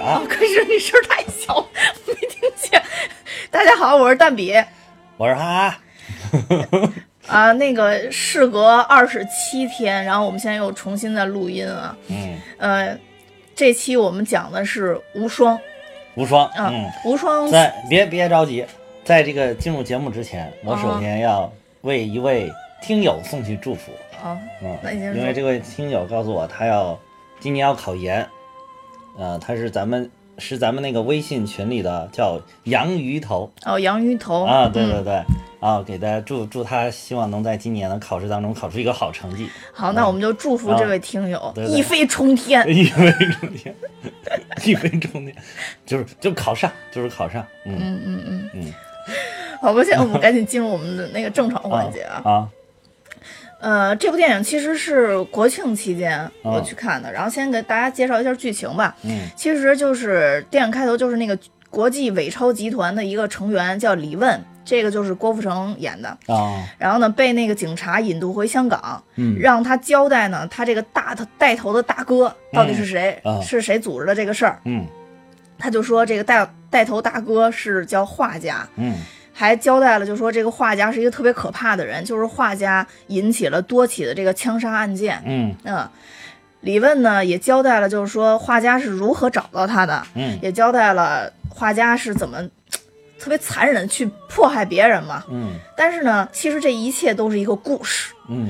啊 你声太小，我没听见。大家好，我是蛋比。我说哈哈，啊，那个事隔二十七天，然后我们现在又重新在录音啊。嗯，呃，这期我们讲的是无双无双，啊，嗯，无双在别别着急，在这个进入节目之前，我首先要为一位听友送去祝福，啊，嗯那你先，说因为这位听友告诉我他要今年要考研，呃，他是咱们是咱们那个微信群里的叫洋芋头哦，洋芋头啊，对对嗯对，啊，给大家祝祝他，希望能在今年的考试当中考出一个好成绩，好，那我们就祝福啊这位听友对哎对一飞冲天。一飞冲天，一飞冲天，就是就考上，就是考上，嗯嗯嗯嗯，嗯。好吧，现在我们赶紧进入我们的那个正常环节啊。啊，呃，这部电影其实是国庆期间我啊去看的，然后先给大家介绍一下剧情吧。嗯其实就是电影开头就是那个国际伪钞集团的一个成员叫李问，这个就是郭富城演的。啊，然后呢，被那个警察引渡回香港，嗯让他交代呢，他这个大头带头的大哥到底是谁，嗯啊是谁组织的这个事儿。嗯他就说这个带带头大哥是叫画家，嗯还交代了，就说这个画家是一个特别可怕的人，就是画家引起了多起的这个枪杀案件。嗯嗯，李问呢也交代了，就是说画家是如何找到他的，嗯也交代了画家是怎么特别残忍去迫害别人嘛。嗯但是呢，其实这一切都是一个故事。嗯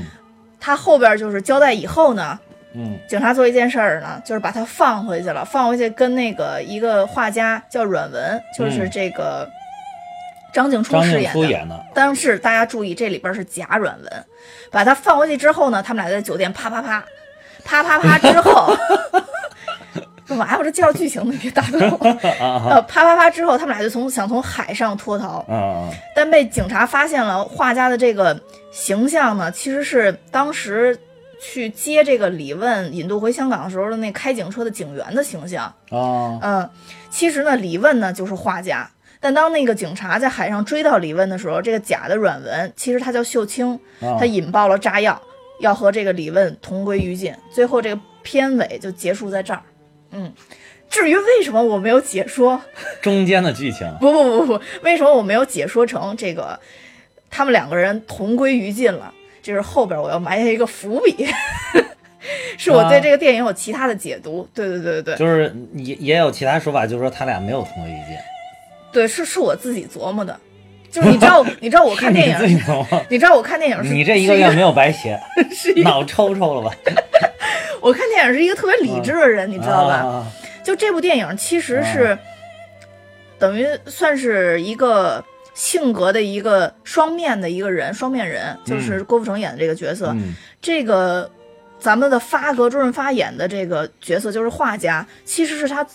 他后边就是交代以后呢，嗯警察做一件事儿呢，就是把他放回去了，放回去跟那个一个画家叫阮文，就是嗯这个张静初张饰静演初的。演的，但是大家注意，这里边是假阮文，把他放回去之后呢，他们俩在酒店啪啪啪，啪啪啪之后， 干嘛呀？我这介绍剧情呢，你别打断我。啊呃，啪啪啪之后，他们俩就从想从海上脱逃，嗯但被警察发现了画家的这个形象呢，其实是当时去接这个李问引渡回香港的时候的那开警车的警员的形象。啊嗯，其实呢，李问呢就是画家，但当那个警察在海上追到李问的时候，这个假的阮文其实他叫秀清，啊他引爆了炸药，要和这个李问同归于尽。最后这个片尾就结束在这儿。嗯，至于为什么我没有解说，中间的剧情，不不不不，为什么我没有解说成这个他们两个人同归于尽了？这是后边我要埋下一个伏笔， 是我对这个电影有其他的解读。对对对对对。啊就是也也有其他说法，就是说他俩没有同归于尽，对，是是我自己琢磨的，就是你 知道，你知道我看电是你影，自己琢磨。你知道我看电影是，你这一个是月没有白写，是一个，脑抽抽了吧？ 我看电影是一个特别理智的人，你你知道吧？？啊就这部电影其实是等于算是一个性格的一个双面的一个人，双面人就是郭富城演的这个角色，嗯这个咱们的发哥周润发演的这个角色就是画家，其实是他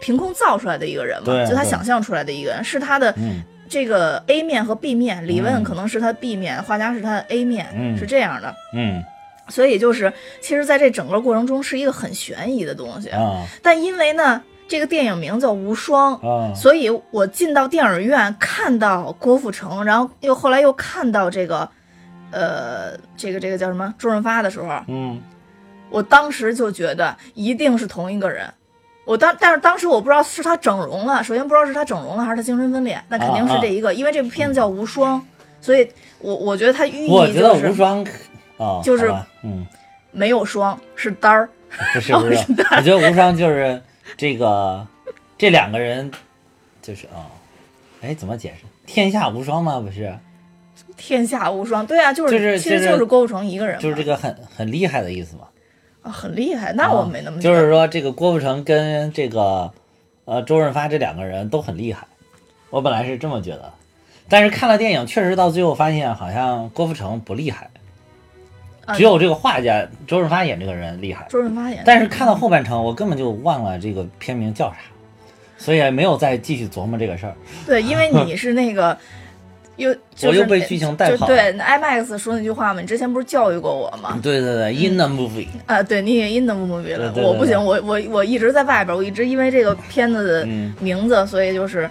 凭空造出来的一个人嘛，对就他对想象出来的一个人，是他的嗯这个 A 面和 B 面，李问嗯可能是他 B 面，画家是他的 A 面，嗯是这样的。嗯所以就是，其实在这整个过程中是一个很悬疑的东西。啊但因为呢，这个电影名叫《无双》，啊所以我进到电影院看到郭富城，然后又后来又看到这个，呃，这个这个叫什么周润发的时候，嗯我当时就觉得一定是同一个人。我当但是当时我不知道是他整容了，首先不知道是他整容了还是他精神分裂，那肯定是这一个，啊因为这部片子叫《无双》，所以我我觉得它寓我意觉得就无是双啊，就是好吧嗯，没有霜是单儿，不是 不是，我觉得无双就是这个这两个人就是啊，哎，怎么解释？天下无双吗？不是，天下无双。对啊，就是、就是其实就是就是郭富城一个人嘛，就是这个很很厉害的意思嘛。啊很厉害。那我没那么、啊觉就得。是说这个郭富城跟这个呃周润发这两个人都很厉害，我本来是这么觉得，但是看了电影，确实到最后发现好像郭富城不厉害，啊只有这个画家周润发演这个人厉害。周润发演，但是看到后半程，我根本就忘了这个片名叫啥，所以没有再继续琢磨这个事儿。对，因为你是那个。又 就是、我又被剧情带就跑了对 IMAX 说那句话嘛，你之前不是教育过我吗？对对对，in the movie，啊，对你也 in the movie 了，对对我对不对行，我我我一直在外边，我一直因为这个片子的嗯名字，所以就是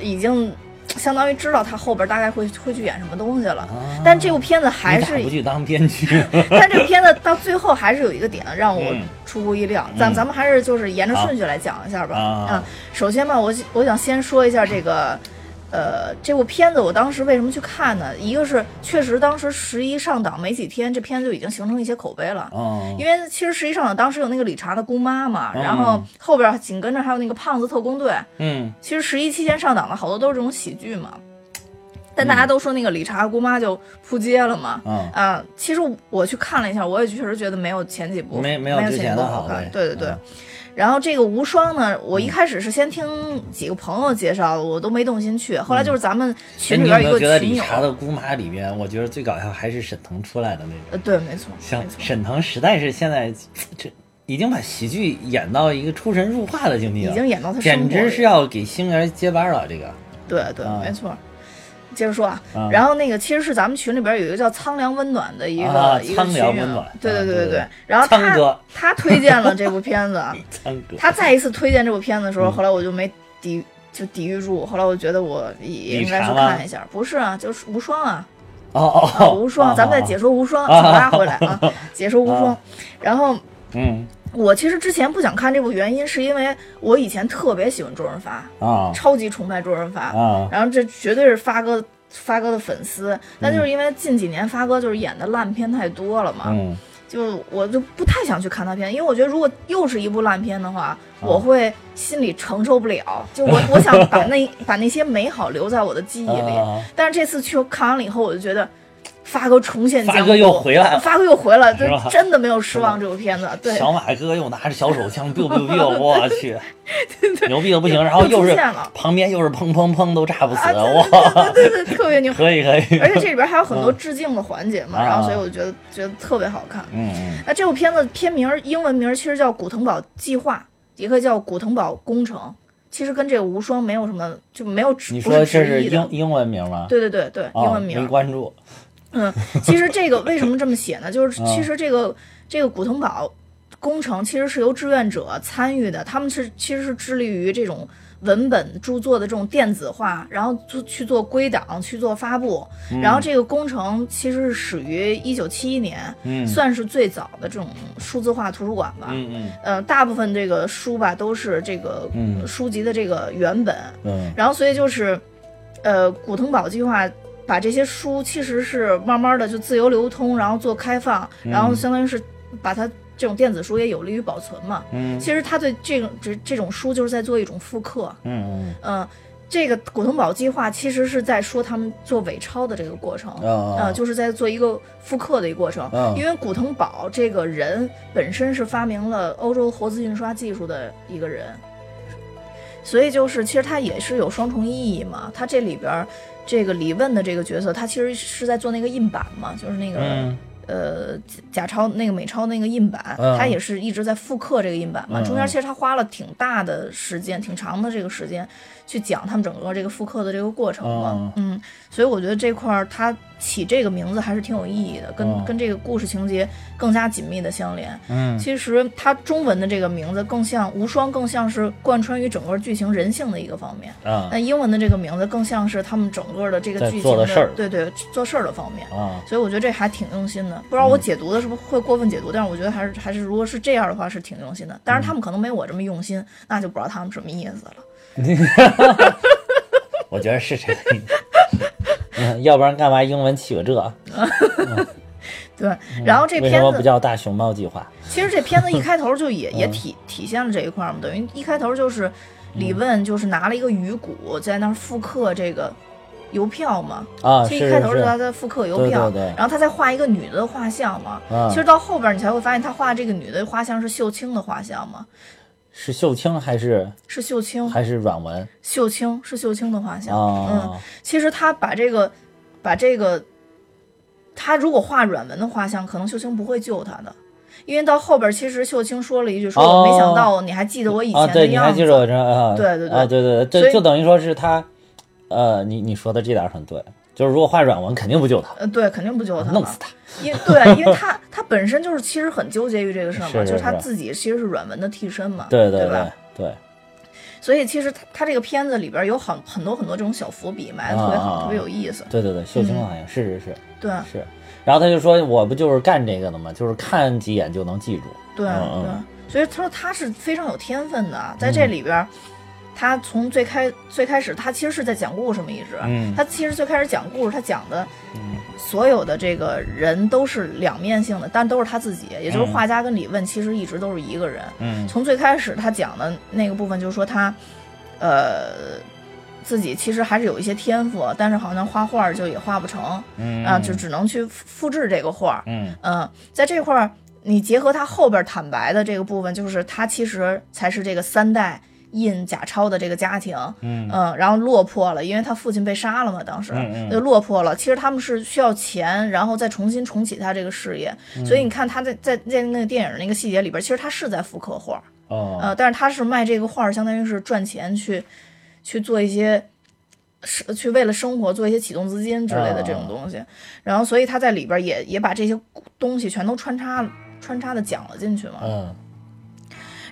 已经相当于知道他后边大概会会去演什么东西了。啊但这部片子还你咋是不，去当编剧？但这部片子到最后还是有一个点让我嗯出乎意料。咱嗯咱们还是就是沿着顺序来讲一下吧。啊嗯，首先吧，我我想先说一下这个，呃，这部片子我当时为什么去看呢？一个是确实当时十一上档没几天，这片子就已经形成一些口碑了。嗯，因为其实实际上当时有那个理查的姑妈嘛，嗯然后后边紧跟着还有那个胖子特工队，嗯其实十一期间上档的好多都是这种喜剧嘛，但大家都说那个理查姑妈就扑街了嘛。嗯啊，其实我去看了一下，我也确实觉得没有前几部没没没有之前几前部的好好看。呗对对对嗯。然后这个无双呢，我一开始是先听几个朋友介绍，我都没动心去。后来就是咱们哎，群里你有边没一有个觉得群理友，查的姑妈里面，我觉得最搞笑还是沈腾出来的那种。呃，对，没错，像没错。沈腾实在是现在这已经把喜剧演到一个出神入化的境地已了，经演到他生简活直里是要给新人接班了。这个，对对，啊没错。接着说啊，啊然后那个其实是咱们群里边有一个叫“苍凉温暖”的一个、啊一个苍群凉友温暖对对啊对对对对。然后苍他哥他推荐了这部片子，啊苍哥， 他再一次推荐这部片子的时候，嗯后来我就没抵就抵御住，后来我觉得我也理应该查去吗看一下。不是啊，就是无双啊，哦哦啊哦，无双，咱们再解释。说无双，啊请拉回来啊，解说无双啊。然后嗯我其实之前不想看这部，原因是因为我以前特别喜欢周润发，啊超级崇拜周润发。啊然后这绝对是发哥发哥的粉丝，但就是因为近几年发哥就是演的烂片太多了嘛，嗯就我就不太想去看他片，因为我觉得如果又是一部烂片的啊话，我会心里承受不了，就我我想把那 把那些美好留在我的记忆里。啊但是这次去看完了以后，我就觉得。发哥重现江湖，发哥又回来了发哥又回来，对是吧，真的没有失望这部片子，对， 小马哥又拿着小手枪，biu biu biu，我去，牛逼的不行。然后又又出是现了旁边又是砰砰砰，都炸不死，啊，哇，对对对对，特别牛， 可以可以，而且这里边还有很多致敬的环节嘛，嗯啊然后所以我觉得觉得特别好看。嗯嗯那这部片子片名儿英文名儿其实叫《古腾堡计划》，也可以叫《古腾堡工程》，其实跟这个无双没有什么，就没有直你不说这直是译英的。英文名吗？对对对对，哦英文名没儿。关注。嗯，其实这个为什么这么写呢？就是啊其实这个这个古腾堡工程其实是由志愿者参与的，他们是其实是致力于这种文本著作的这种电子化，然后就去做归档、去做发布。嗯然后这个工程其实是始于一九七一年，嗯算是最早的这种数字化图书馆吧。嗯呃，大部分这个书吧都是这个、嗯书籍的这个原本，嗯然后所以就是，呃，古腾堡计划把这些书其实是慢慢的就自由流通，然后做开放，嗯然后相当于是把它这种电子书也有利于保存嘛。嗯其实他对这种这这种书就是在做一种复刻，嗯嗯嗯、这个古腾堡计划其实是在说他们做伪钞的这个过程，嗯呃，就是在做一个复刻的一个过程。嗯因为古腾堡这个人本身是发明了欧洲活字印刷技术的一个人，所以就是其实他也是有双重意义嘛。他这里边儿这个李问的这个角色，他其实是在做那个印版嘛，就是那个、嗯呃假假钞那个美钞那个印版，嗯他也是一直在复刻这个印版嘛。嗯中间其实他花了挺大的时间，挺长的这个时间去讲他们整个这个复刻的这个过程嘛。嗯所以我觉得这块儿他起这个名字还是挺有意义的，跟、嗯跟这个故事情节更加紧密的相连。嗯其实它中文的这个名字更像无双，更像是贯穿于整个剧情人性的一个方面。啊那英文的这个名字更像是他们整个的这个在剧情做的事儿对对，做事儿的方面。啊 所以我觉得这还挺用心的。不知道嗯我解读的是不是会过分解读，但是我觉得还是还是，如果是这样的话是挺用心的。嗯当然他们可能没我这么用心，那就不知道他们什么意思了。我觉得是这个意思。嗯，要不然干嘛英文起个这？对，然后这嗯为什片么不子叫嗯大熊猫计划？其实这片子一开头 就也也体体现了这一块儿嘛，等于一开头嗯就是李问就是拿了一个鱼骨在那儿复刻这个邮票嘛，啊，其是实一开是头是他是，在复刻邮对票，对对然后他再画一个女的画像嘛。啊其实到后边你才会发现，他画这个女的画像是秀清的画像嘛，是秀清还是是秀清，还是阮 文秀清是秀清的画像。嗯，啊？其实他把这个，把这个，他如果画阮文的画像，可能秀清不会救他的，因为到后边其实秀清说了一句说，哦我没想到你还记得我以啊，前的对，你还样记子。着我这啊？对对对啊，对对对，所这以就等于说是他，呃，你你说的这点儿很对，就是如果画阮文，肯定不救他，呃，对，肯定不救他，弄死他。啊因对，因为他他本身就是其实很纠结于这个事儿嘛，是是就是他是自己其实是阮文的替身嘛，对对吧对？对，所以其实他他这个片子里边有很很多很多这种小伏笔埋的特别好，啊啊啊特别有意思。对对对，秀清好像是是是对是。然后他就说：“我不就是干这个的吗？就是看几眼就能记住。对、嗯嗯嗯对，所以他说他是非常有天分的，在这里边儿，他从最开最开始，他其实是在讲故事嘛，一直，嗯他其实最开始讲故事，他讲的嗯所有的这个人都是两面性的，但都是他自己，也就是嗯画家跟李问其实一直都是一个人。嗯从最开始他讲的那个部分，就是说他，呃，自己其实还是有一些天赋，但是好像画画儿就也画不成，嗯啊，就只能去复复制这个画儿。嗯嗯，在这块儿，你结合他后边坦白的这个部分，就是他其实才是这个三代印假钞的这个家庭，嗯嗯，然后落魄了，因为他父亲被杀了嘛，当时嗯嗯就落魄了。其实他们是需要钱，然后再重新重启他这个事业，嗯所以你看他在在在那个电影那个细节里边，其实他是在复刻画儿，哦呃，但是他是卖这个画儿，相当于是赚钱去去做一些。是去为了生活做一些启动资金之类的这种东西，然后所以他在里边儿也也把这些东西全都穿插穿插的讲了进去嘛。嗯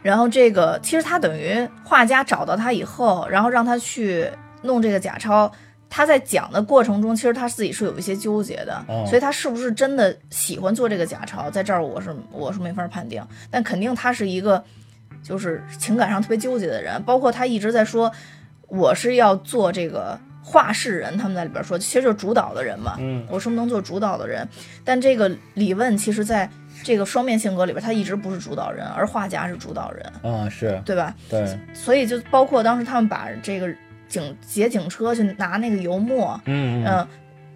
然后这个其实他等于画家找到他以后，然后让他去弄这个假钞。他在讲的过程中，其实他自己是有一些纠结的，哦所以他是不是真的喜欢做这个假钞，在这儿我是我是没法判定，但肯定他是一个就是情感上特别纠结的人，包括他一直在说我是要做这个画室人，他们在里边说，其实就是主导的人嘛，嗯我是不能做主导的人，但这个李问其实在这个双面性格里边，他一直不是主导人，而画家是主导人，嗯是对吧？对所以就包括当时他们把这个警劫警车去拿那个油墨，嗯嗯、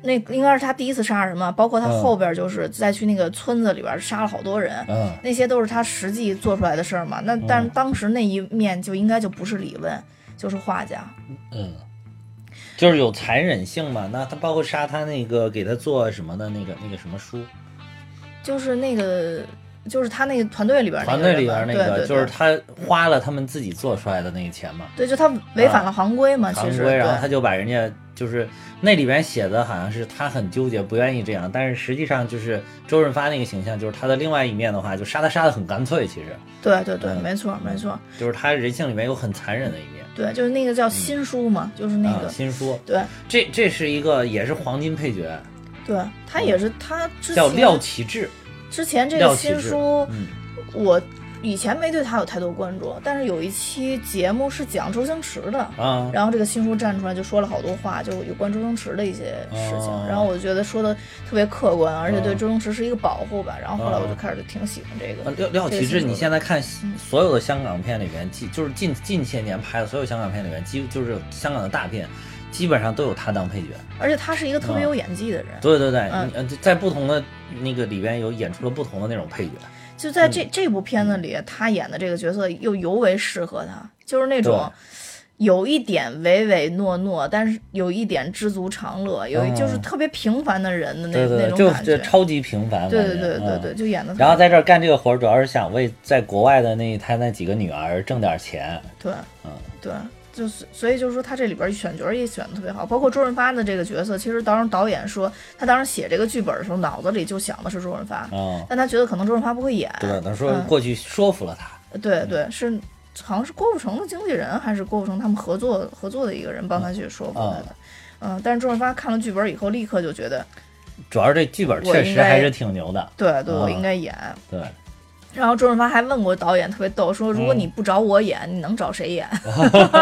那应该是他第一次杀人嘛，包括他嗯后边就是再去那个村子里边杀了好多人，嗯那些都是他实际做出来的事儿嘛。那但是当时那一面就应该就不是李问，就是画家，嗯，就是有残忍性嘛。那他包括杀他那个给他做什么的那个那个什么书，就是那个就是他那个团队里边那团个队人里嘛边那对个对就是对他花了他们自己做出来的那个钱嘛，对，就他违反了行规嘛，常其实嗯规，对然后他就把人家就是那里边写的好像是他很纠结，不愿意这样，但是实际上就是周润发那个形象，就是他的另外一面的话，就杀他杀的很干脆，其实对对对，嗯没错没错，就是他人性里面有很残忍的一面。对，就是那个叫新书嘛，就是那嗯啊、个新说对这这是一个也是黄金配角，对，他也是他之嗯叫前廖启智。之前这廖个启新智书，嗯我以前没对他有太多关注，但是有一期节目是讲周星驰的，啊，然后这个新书站出来就说了好多话，就有关周星驰的一些事情，哦然后我觉得说的特别客观，而且对哦周星驰是一个保护吧。然后后来我就哦开始就挺喜欢这呃个。廖廖这个启新智，说你的嗯现在看所有的香港片里面，近就是近近些年拍的所有香港片里面，基就是香港的大片，基本上都有他当配角。而且他是一嗯个特别有演技的人，对对对，嗯你呃在不同的那个里边有演出了不同的那种配角。就在嗯这这部片子里，他演的这个角色又尤为适合他，就是那种对。有一点唯唯诺诺，但是有一点知足常乐，有一哦就是特别平凡的人的那对对那对，种就感觉就。超级平凡。对感对觉对对对，。嗯就演的。然后在这儿干这个活儿，主要是想为在国外的那他那几个女儿挣点钱。对，嗯对，就是所以就是说他这里边选角也选的特别好，包括周润发的这个角色，其实当时导演说他当时写这个剧本的时候，脑子里就想的是周润发，嗯，但他觉得可能周润发不会演，对，他说嗯过去说服了他。对对是。好像是郭富城的经纪人，还是郭富城他们合作合作的一个人帮他去说服他的，嗯，但是周润发看了剧本以后，立刻就觉得，主要是这剧本我确应实该还是挺牛的。对对，我啊应该演。对，然后周润发还问过导演，特别逗，说如果嗯你不找我演，你能找谁演？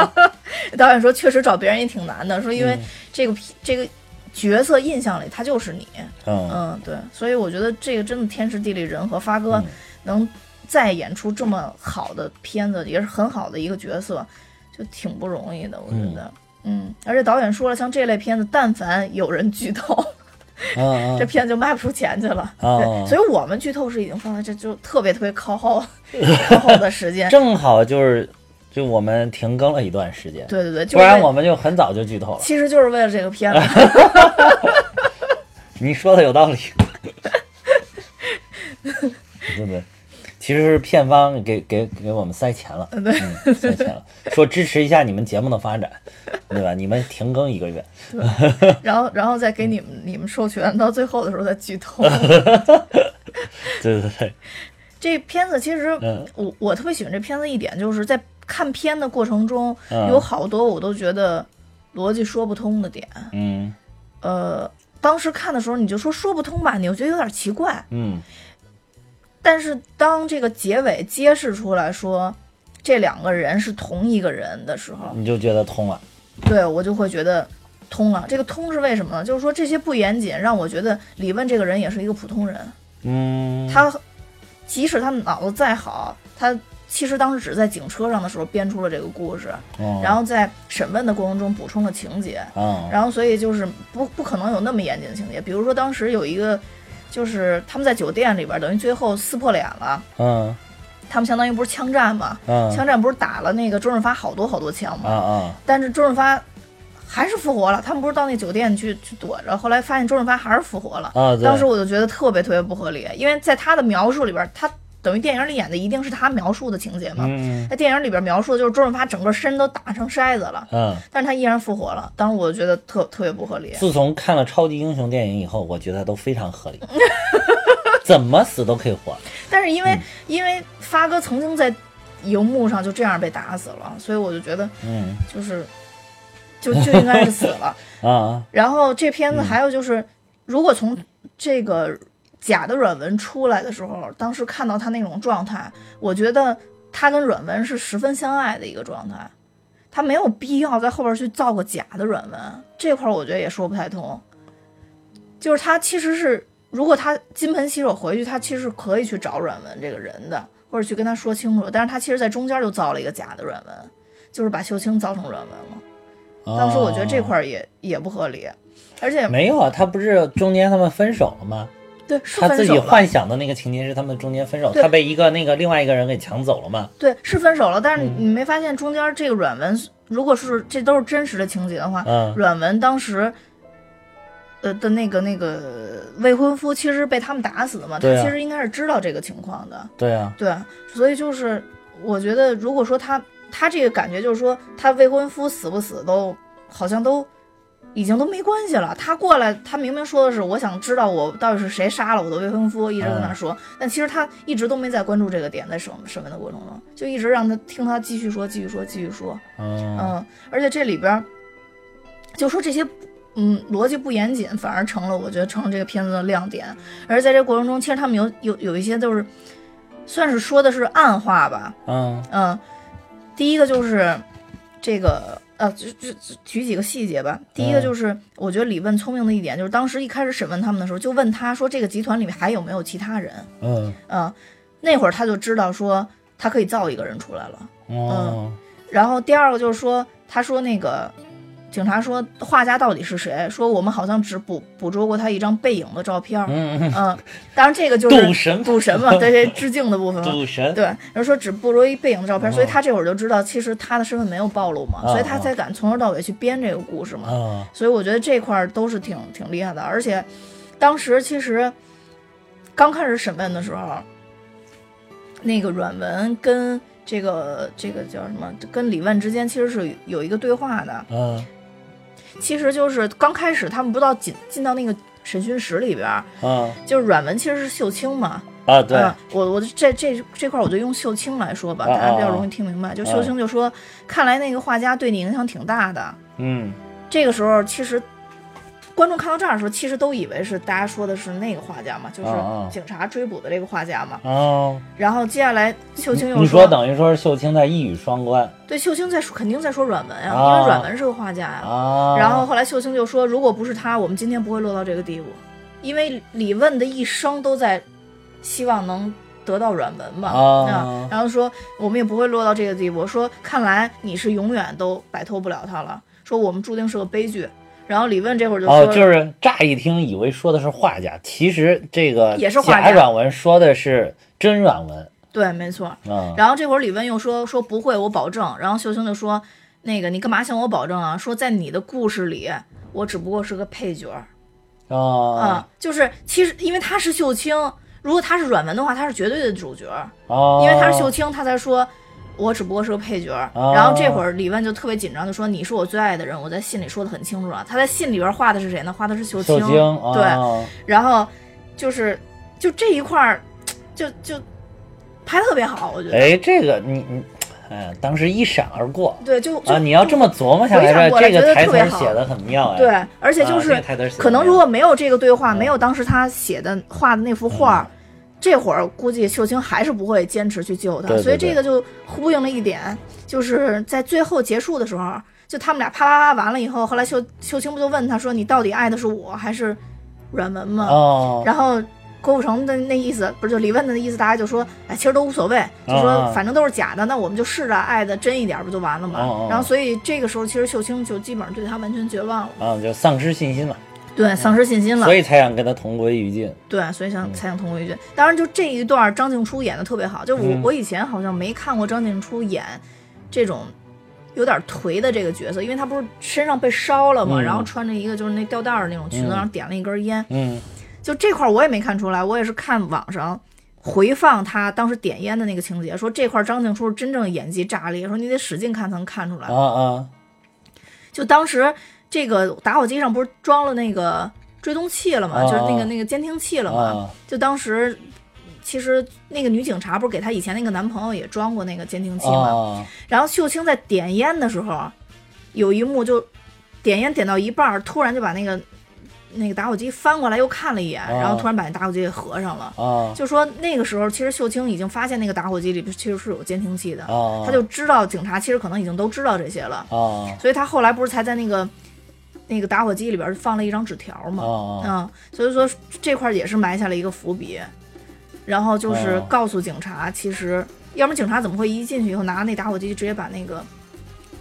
导演说确实找别人也挺难的，说因为这个、这个角色印象里他就是你，嗯，嗯，对，所以我觉得这个真的天时地利人和，发哥能再演出这么好的片子，也是很好的一个角色，就挺不容易的，我觉得。嗯，而且导演说了，像这类片子，但凡有人剧透， 嗯这片子就卖不出钱去了。哦对，所以我们剧透是已经放在这就特别特别靠后 靠后的时间。正好就是就我们停更了一段时间，对对对，就是不然为我们就很早就剧透了。其实就是为了这个片 子。你说的有道 理，对对，其实是片方给给给我们塞钱了，呃对嗯，塞钱了，说支持一下你们节目的发展，对吧？你们停更一个月，然后然后再给你们你们授权，到最后的时候再剧透。对对对，这片子其实嗯我我特别喜欢这片子一点，就是在看片的过程中，嗯有好多我都觉得逻辑说不通的点。嗯呃，当时看的时候你就说说不通吧，你又觉得有点奇怪。嗯但是当这个结尾揭示出来说这两个人是同一个人的时候，你就觉得通了。对我就会觉得通了。这个通是为什么呢？就是说这些不严谨让我觉得李问这个人也是一个普通人，嗯，他即使他脑子再好，他其实当时只是在警车上的时候编出了这个故事，嗯然后在审问的过程中补充了情节，嗯然后所以就是不不可能有那么严谨的情节。比如说当时有一个，就是他们在酒店里边，等于最后撕破脸了，嗯他们相当于不是枪战嘛，嗯枪战不是打了那个周润发好多好多枪啊嘛，啊但是周润发还是复活了。他们不是到那酒店去去躲着，后来发现周润发还是复活了。啊！对当时我就觉得特别特别不合理，因为在他的描述里边，他等于电影里演的一定是他描述的情节嘛。嗯在电影里边描述的就是周润发整个身都打成筛子了，嗯，但是他依然复活了。当时我就觉得特特别不合理。自从看了超级英雄电影以后，我觉得都非常 合理，怎么死都可以活。但是因为、因为发哥曾经在荧幕上就这样被打死了，所以我就觉得嗯就是就就应该是死了。啊然后这片子还有就是，如果从这个假的软文出来的时候，当时看到他那种状态，我觉得他跟软文是十分相爱的一个状态，他没有必要在后边去造个假的软文，这块儿我觉得也说不太通。就是他其实是，如果他金盆洗手回去，他其实可以去找软文这个人的，或者去跟他说清楚。但是他其实在中间就造了一个假的软文，就是把秀清造成软文了。啊！当时我觉得这块儿也也不合理，而且没有啊，他不是中间他们分手了吗？对是他自分手己了，幻想的那个情节是他们中间分手，对他被一个那个另外一个人给抢走了嘛？对是分手了，但是嗯你没发现中间这个软文，如果是这都是真实的情节的话，嗯软文当时。呃的那个那个未婚夫其实被他们打死的嘛，他对啊其实应该是知道这个情况的，对啊，对，所以就是我觉得，如果说他他这个感觉就是说，他未婚夫死不死都好像都已经都没关系了。他过来，他明明说的是我想知道我到底是谁杀了我的未婚夫，一直在那嗯说，但其实他一直都没在关注这个点，在审审问的过程中，就一直让他听他继续说，继续说，继续说。嗯嗯，而且这里边儿就说这些，嗯，逻辑不严谨，反而成了我觉得成了这个片子的亮点。而在这过程中，其实他们有有有一些就是算是说的是暗话吧，嗯嗯，第一个就是这个。呃，就就就举几个细节吧。第一个嗯就是，我觉得李问聪明的一点就是，当时一开始审问他们的时候，就问他说这个集团里面还有没有其他人。嗯嗯，那会儿他就知道说他可以造一个人出来了。嗯然后第二个就是说，他说那个警察说画家到底是谁？说我们好像只捕捕捉过他一张背影的照片儿。嗯，嗯，当然这个就是赌神赌 神嘛，对对，致敬的部分嘛。赌神，对，然后说只捕捉一背影的照片儿，哦所以他这会儿就知道，其实他的身份没有暴露嘛，哦所以他才敢从头到尾去编这个故事嘛。嗯所以我觉得这块儿都是挺挺厉害的，而且当时其实刚开始审问的时候，那个阮文跟这个这个叫什么，跟李问之间其实是有一个对话的，嗯其实就是刚开始他们不知道进进到那个审讯室里边儿，嗯就是阮文其实是秀清嘛，啊，对，嗯我我这这这块儿我就用秀清来说吧，大家比较容易听明白。就秀清就说，看来那个画家对你影响挺大的，嗯这个时候，其实观众看到这儿的时候，其实都以为是大家说的是那个画家嘛，就是啊啊警察追捕的这个画家嘛。哦，然后接下来秀清又你说等于说是秀清在一语双关对，秀清在说肯定在说阮文呀、啊因为阮文是个画家呀、啊，然后后来秀清就说，如果不是他，我们今天不会落到这个地步，因为李问的一生都在希望能。得到阮文嘛，啊然后说我们也不会落到这个地步。说看来你是永远都摆脱不了他了。说我们注定是个悲剧。然后李问这会儿就说，哦，就是乍一听以为说的是画家，其实这个也是画家假软文说的是真软文对，没错。啊，然后这会儿李问又说说不会，我保证。然后秀清就说，那个你干嘛向我保证啊？说在你的故事里，我只不过是个配角儿啊啊、就是其实因为他是秀清，如果他是阮文的话，他是绝对的主角儿，啊，因为他是秀清，他才说。我只不过是个配角儿，哦然后这会儿李问就特别紧张，就说：“你是我最爱的人。”我在信里说的很清楚了。他在信里边画的是谁呢？画的是秀秀清。清啊，然后就是就这一块儿，就就拍得特别好，我觉得。哎，这个你你，哎，当时一闪而过对，就就啊，你要这么琢磨下回想来过说，来这觉个得台特词别儿好写的很妙哎，对，而且啊就这个嗯是台词儿写得可能很如妙果没有这个对话，没有当时他写的画的那幅画，这会儿估计秀清还是不会坚持去救他，嗯对对所以这对个就呼应了一点，就是在最后结束的时候，就他们俩啪啪啪完了以后，后来秀秀清不就问他说：“你到底爱的是我还是阮文吗？”哦，然后郭富城的那意思不是就李问的意思，大家就说，哎，其实都无所谓，就啊啊说反正都是假的，那我们就试着爱的真一点，不就完了吗？哦哦然后所以这个时候，其实秀清就基本上对他完全绝望了，啊，就丧失信心了，对，丧失信心了所，以才嗯想跟他同归于尽。对，所以想才想同归于尽。当然，就这一段张静初演的特别好，就我、嗯我以前好像没看过张静初演这种。有点颓的这个角色，因为她不是身上被烧了嘛，嗯然后穿着一个就是那吊带儿那种裙子，嗯然后点了一根烟，嗯就这块儿我也没看出来，我也是看网上回放他当时点烟的那个情节，说这块儿张静初真正演技炸裂，说你得使劲看才能看出来啊。啊，就当时这个打火机上不是装了那个追踪器了吗？啊就是那个那个监听器了嘛。啊就当时其实那个女警察不是给她以前那个男朋友也装过那个监听器吗？啊然后秀清在点烟的时候，啊有一幕就点烟点到一半儿，突然就把那个那个打火机翻过来又看了一眼，啊然后突然把那打火机给合上了。啊就说那个时候，其实秀清已经发现那个打火机里边其实是有监听器的，啊，他就知道警察其实可能已经都知道这些了，啊所以他后来不是才在那个那个打火机里边放了一张纸条啊嘛，啊嗯，所以说这块儿也是埋下了一个伏笔，然后就是哦告诉警察，其实要不然警察怎么会一进去以后拿那打火机直接把那个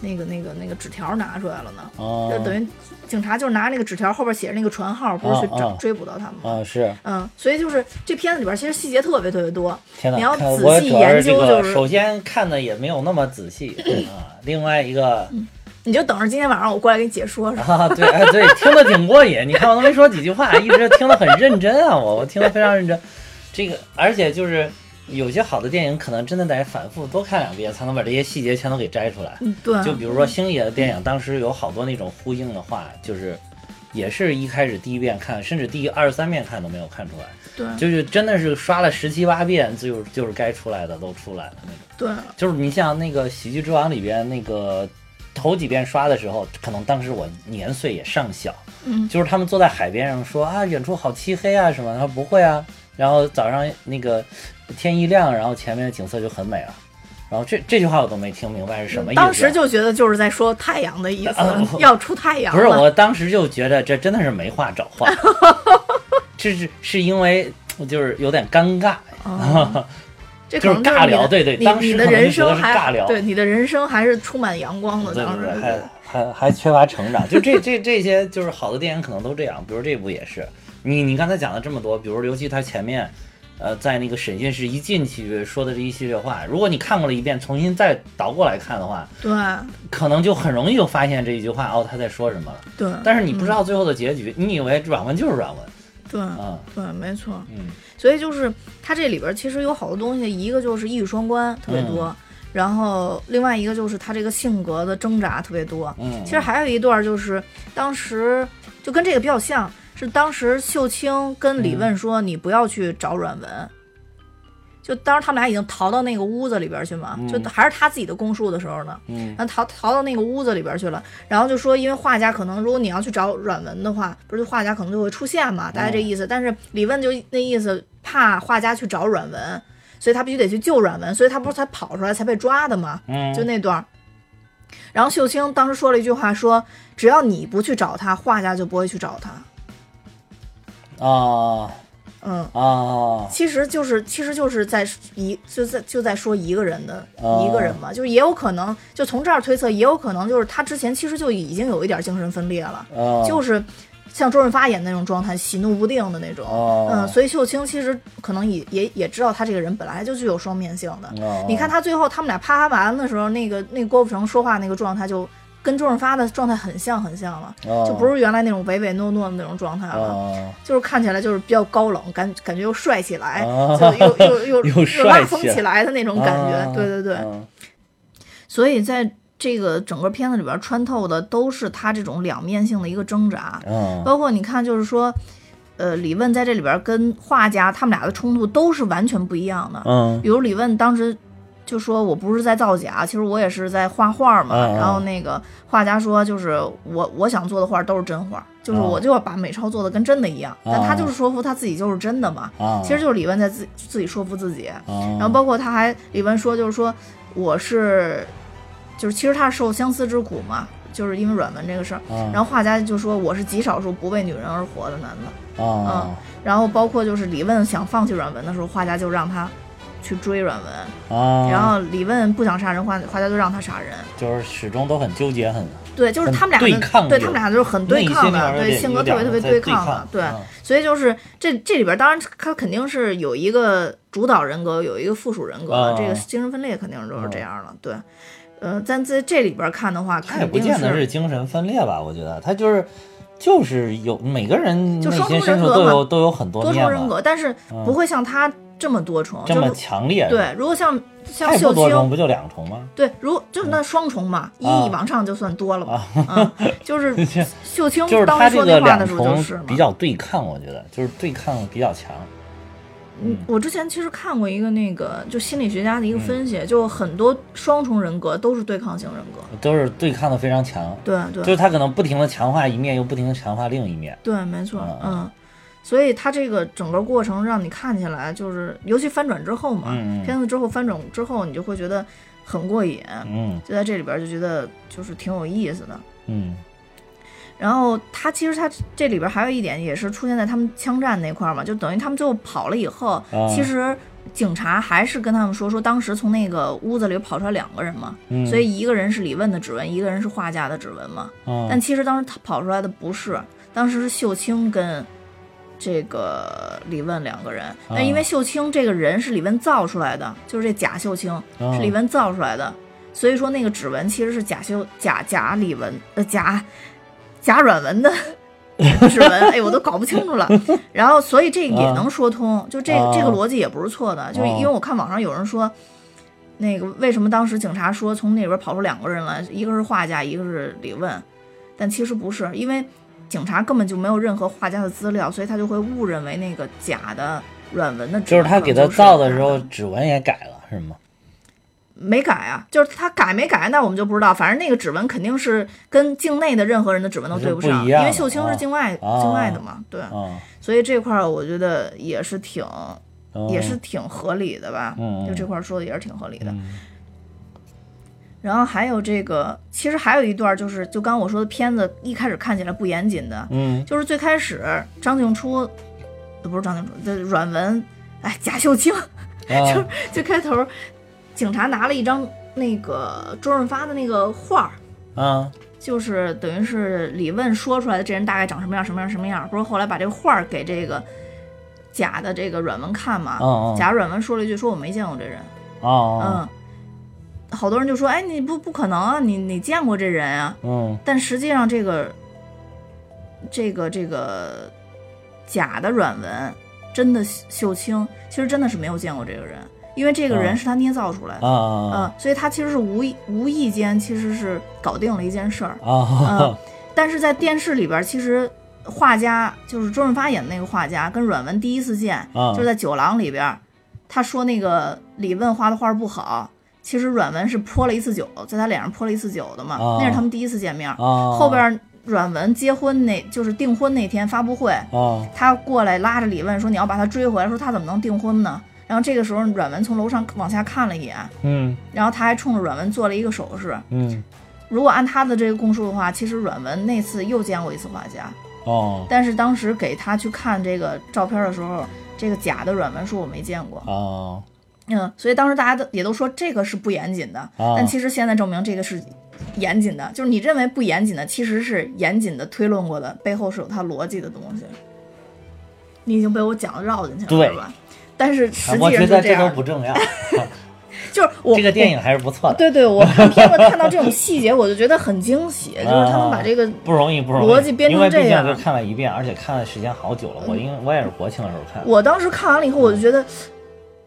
那个那个那个纸条拿出来了呢？啊就等于警察就是拿那个纸条后边写着那个船号，不是去哦找、哦追捕到他们吗？啊是，嗯，所以就是这片子里边其实细节特别特别多，天哪！你要看仔我细主要是研这究个，就是嗯首先看的也没有那么仔细啊。另外一个你就等着今天晚上我过来给你解说说。啊，对哎对，听得挺过瘾。你看我都没说几句话，一直听得很认真啊，我我听得非常认真。这个，而且就是有些好的电影，可能真的得反复多看两遍，才能把这些细节全都给摘出来。嗯，对，啊就比如说星爷的电影，当时有好多那种呼应的话，就是也是一开始第一遍看，甚至第二三遍看都没有看出来，对就是真的是刷了十七八遍，就就是该出来的都出来了那种。对就是你像那个《喜剧之王》里边那个头几遍刷的时候，可能当时我年岁也尚小，嗯就是他们坐在海边上说啊，远处好漆黑啊什么，他说不会啊，然后早上那个天一亮，然后前面的景色就很美了，然后这这句话我都没听明白是什么意思。当时就觉得就是在说太阳的意思，啊我 要出太阳不是，了。我当时就觉得这真的是没话找 话，这是是因为就是有点尴尬，哦这可啊就是能就尬你的聊对对你当时你可的能就人觉得生是还尬聊对你的人生还是充满阳光的。对当时对，就还觉还还缺乏成长，就这这这些就是好的电影可能都这样，比如这部也是，你你刚才讲了这么多，比如尤其他前面，呃，在那个审讯室一进去说的这一系列话，如果你看过了一遍，重新再倒过来看的话，得可能就很容易就发现这一句话哦他在说什么了，对对但是你不知嗯道最后的结局，你以为软文就是软文，对啊对，没错。嗯所以就是它这里边其实有好多东西，一个就是一语双关特嗯别多，然后另外一个就是他这个性格的挣扎特别多。嗯，其实还有一段就是当时就跟这个比较像，是当时秀清跟李问说：“你不要去找阮文。”就当时他们俩已经逃到那个屋子里边去嘛，就还是他自己的供述的时候呢，嗯然后逃逃到那个屋子里边去了，然后就说，因为画家可能如果你要去找阮文的话，不是画家可能就会出现嗯嘛，大概这意思。但是李问就那意思，怕画家去找阮文，所以他必须得去救阮文，所以他不是才跑出来才被抓的嘛。嗯就那段儿。然后秀清当时说了一句话说，只要你不去找他，画家就不会去找他。啊嗯，啊其实就是其实就是在一就在就在说一个人的、哦一个人嘛，就是也有可能就从这儿推测，也有可能就是他之前其实就已经有一点精神分裂了，啊，就是像周润发演那种状态，喜怒不定的那种。哦嗯，所以秀清其实可能也也也知道他这个人本来就具有双面性的，哦你看他最后他们俩啪啪完的时候，那个那郭富城说话那个状态就跟周润发的状态很像很像了，哦就不是原来那种唯唯诺诺的那种状态了。啊就是看起来就是比较高冷，感感觉又帅起来，哦就又又又 又帅拉风起来起来的那种感觉。啊对对对，嗯所以在这个整个片子里边穿透的都是他这种两面性的一个挣扎，嗯包括你看就是说，呃，李问在这里边跟画家他们俩的冲突都是完全不一样的。嗯比如李问当时就说我不是在造假，其实我也是在画画嘛。嗯嗯然后那个画家说，就是我我想做的画都是真画，就是哦我就要把美钞做的跟真的一样。但他哦就是说服他自己就是真的嘛，啊，其实就是李玟在自自己说服自己。然然后包括他还李玟说，就是说我是，就是其实他是受相思之苦嘛，就是因为软文这个事儿。然然后画家就说我是极少数不为女人而活的男的。啊然后包括就是李问想放弃阮文的时候，画家就让他去追阮文，啊，然后李问不想杀人，画画家就让他杀人。就是始终都很纠结，很对，就是很他们俩对的抗对有他们俩就是很对抗的，对性格特别特别对嗯抗的，对。所以就是这这里边，当然他肯定是有一个主导人格，有一个附属人格，啊这个精神分裂肯定就是这样了，对。呃，但在这里边看的话，哦他也肯不定见得是精神分裂吧？我觉得他就是就是有每个人就内双重心深处人格都嘛有都有很多多重面人嘛，格，但是不会像他这么多重，这就么是强烈，，对。如果像他像也不秀多清，重，不就两重吗？对，如就是那双重嘛，一嗯啊亿往上就算多了嘛。啊， 就是秀清就是当他时这说个那话两的时候就重是嘛。比较对抗，我觉得就是对抗比较强。嗯，我之前其实看过一个那个就心理学家嗯的一个分析，就很多双重人格都是对抗性人格。都是对抗的非常强，对就是对他可能不停的强化一面，又不停的强化另一面。对，没错嗯，嗯嗯。所以他这个整个过程让你看起来就是，尤其翻转之后嘛，嗯嗯片子之后翻转之后，你就会觉得很过瘾，嗯就在这里边就觉得就是挺有意思的。嗯然后他其实他这里边还有一点也是出现在他们枪战那块儿嘛，就等于他们最后跑了以后，啊其实警察还是跟他们说说当时从那个屋子里跑出来两个人嘛，嗯，所以一个人是李问的指纹，一个人是画家的指纹嘛。嗯但其实当时他跑出来的不是，当时是秀清跟这个李问两个人，但因为秀清这个人是李问造出来的，就是这假秀清嗯是李文造出来的，所以说那个指纹其实是假修假假李文呃假假阮文的指纹，哎，我都搞不清楚了。然后，所以这个也能说通，就这啊个这个逻辑也不是错的，就是因为我看网上有人说。那个为什么当时警察说从那边跑出两个人来，一个是画家，一个是李问，但其实不是，因为警察根本就没有任何画家的资料，所以他就会误认为那个假的阮文的指就纹是可能他是给他造的假时候，指纹也改了，是吗？没改啊，就是他改没改，那我们就不知道。反正那个指纹肯定是跟境内的任何人的指纹都对是上，不一样的因为秀清是境外、哦境外的嘛，对，啊，所以这块儿我觉得也是挺、嗯也是挺合理的吧，嗯嗯就这块儿说的也是挺合理的。嗯然后还有这个，其实还有一段就是，就刚我说的片子一开始看起来不严谨的，嗯就是最开始张静初，呃不是张静初，这阮文，哎，贾秀清， 啊最开头，警察拿了一张那个周润发的那个画儿，啊就是等于是李问说出来的这人大概长什么样什么样什么样。不是后来把这个画儿给这个假的这个阮文看嘛？嗯嗯假阮文说了一句：“说我没见过这人。啊嗯，好多人就说：“哎，你不不可能啊，你你见过这人啊嗯！”但实际上这个这个这个假的阮文，真的秀清其实真的是没有见过这个人，因为这个人嗯是他捏造出来的。啊啊嗯，所以他其实是无意无意间其实是搞定了一件事儿，啊嗯，但是在电视里边儿，其实画家就是周润发演的那个画家，跟阮文第一次见，嗯就是在酒廊里边儿，他说那个李问画的画不好，其实阮文是泼了一次酒，在他脸上泼了一次酒的嘛，哦那是他们第一次见面儿。啊！后边儿阮文结婚那就是订婚那天发布会，啊他过来拉着李问说你要把他追回来，说他怎么能订婚呢？然后这个时候阮文从楼上往下看了一眼，嗯然后他还冲着阮文做了一个手势。嗯如果按他的这个供述的话，其实阮文那次又见过一次画家，哦但是当时给他去看这个照片的时候，这个假的阮文说我没见过。啊嗯，所以当时大家都也都说这个是不严谨的，啊但其实现在证明这个是严谨的，就是你认为不严谨的，其实是严谨的推论过的，背后是有它逻辑的东西。你已经被我讲的绕进去了，对是吧？但是实我际觉上得是这样都的，不重要，就是我这个电影还是啊不错的，对对，我看片子看到这种细节，我就觉得很惊喜，啊就是他们把这个不容易不容易，逻辑编成因为毕这竟样就看了一遍，而且看的时间好久了，我因为我也是国庆的时候看的，我当时看完了以后，我就觉得，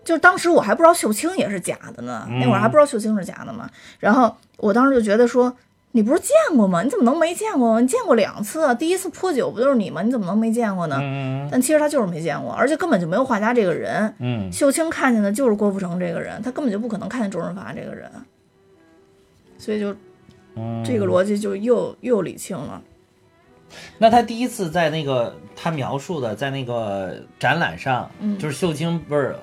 就是当时我还嗯不知道秀清也是假的呢，那会儿还不知道秀清是假的嘛。然后我当时就觉得说，你不是见过吗？你怎么能没见过？你见过两次啊，第一次泼酒不就是你吗？你怎么能没见过呢？嗯但其实他就是没见过，而且根本就没有画家这个人。嗯，秀清看见的就是郭富城这个人，他根本就不可能看见周润发这个人，所以就嗯这个逻辑就又又理清了。那他第一次在那个他描述的在那个展览上，嗯就是秀清不是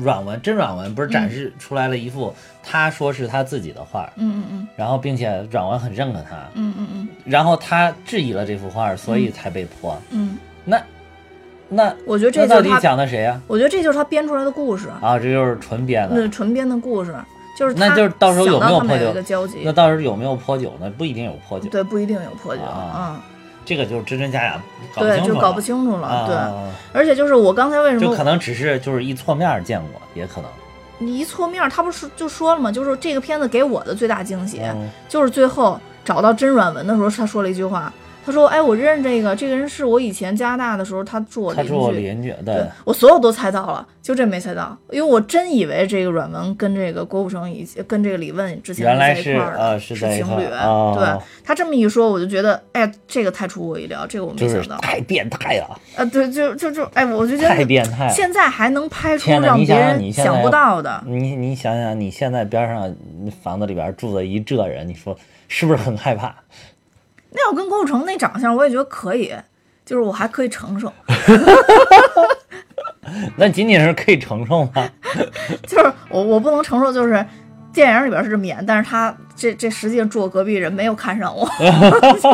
软文真软文不是展示出来了一幅他说是他自己的画，嗯嗯然后并且软文很认可他，嗯嗯嗯然后他质疑了这幅画，所以才被泼。嗯那那嗯，我觉得这那就到是底他，讲的谁呀、我觉得这就是他编出来的故事，啊？这就是纯编那的。纯编的故事，就是那他就是到时候有想没有到他们破酒有一个交那集，到时候有没有泼酒呢？不一定有泼酒，对，不一定有破酒，啊嗯，这个就是真真假假，搞不对，清楚就了搞不清楚了，对。啊，而且就是我刚才为什就么可能只是就是一错面见过，也可能。你一错面儿，他不是就说了吗？就是这个片子给我的最大惊喜，嗯就是最后找到真软文的时候，他说了一句话，他说：“哎，我认识这个，这个人是我以前加拿大的时候，他住我他邻是我居。邻居，嗯对对，我所有都猜到了，就这没猜到，因为我真以为这个阮文跟这个郭富城以及跟这个李问之前原来在是一块儿的呃是是在一情块儿侣。哦对他这么一说，我就觉得，哎，这个太出乎我意料，这个我没就是想到。太变态了，啊，对，就就就，哎，我就觉太得变态了。现在还能拍出天哪让你别想想人你现在想不要到的，你你想想，你现在边上房子里边住的一这人，你说是不是很害怕？那我跟郭富城那长相，我也觉得可以，就是我还可以承受， 那仅仅是可以承受吗？就是我我不能承受就是。电影里边是这么演，但是他这这实际上住我隔壁人没有看 上我，就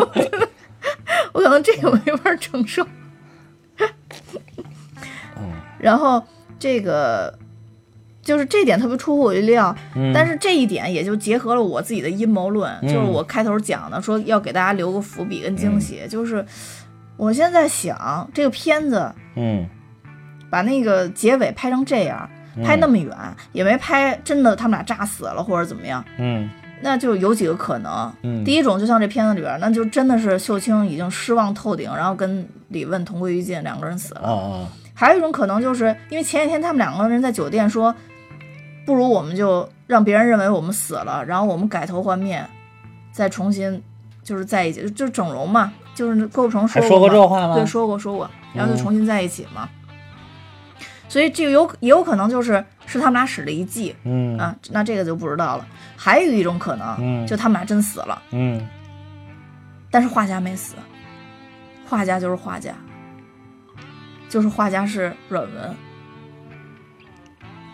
我可能这个没法承受。嗯 然后这个就是这点特别出乎我意料，嗯但是这一点也就结合了我自己的阴谋论，嗯就是我开头讲的，说要给大家留个伏笔跟惊喜。就是我现在想，这个片子嗯，把那个结尾拍成这样，嗯拍那么远、也没拍真的他们俩炸死了或者怎么样，嗯那就有几个可能。嗯第一种就像这片子里边，那就真的是秀清已经失望透顶，然后跟李问同归于尽，两个人死了。啊啊还有一种可能就是因为前几天他们两个人在酒店说，不如我们就让别人认为我们死了，然后我们改头换面，再重新就是在一起，就就整容嘛，就是郭富城还说说过过这嘛话吗？对，说过说过，然后嗯就重新在一起嘛。所以这个有也有可能就是是他们俩使了一计嗯啊，那这个就不知道了。还有一种可能嗯就他们俩真死了，嗯，但是画家没死，画家就是画家，就是画家是阮文。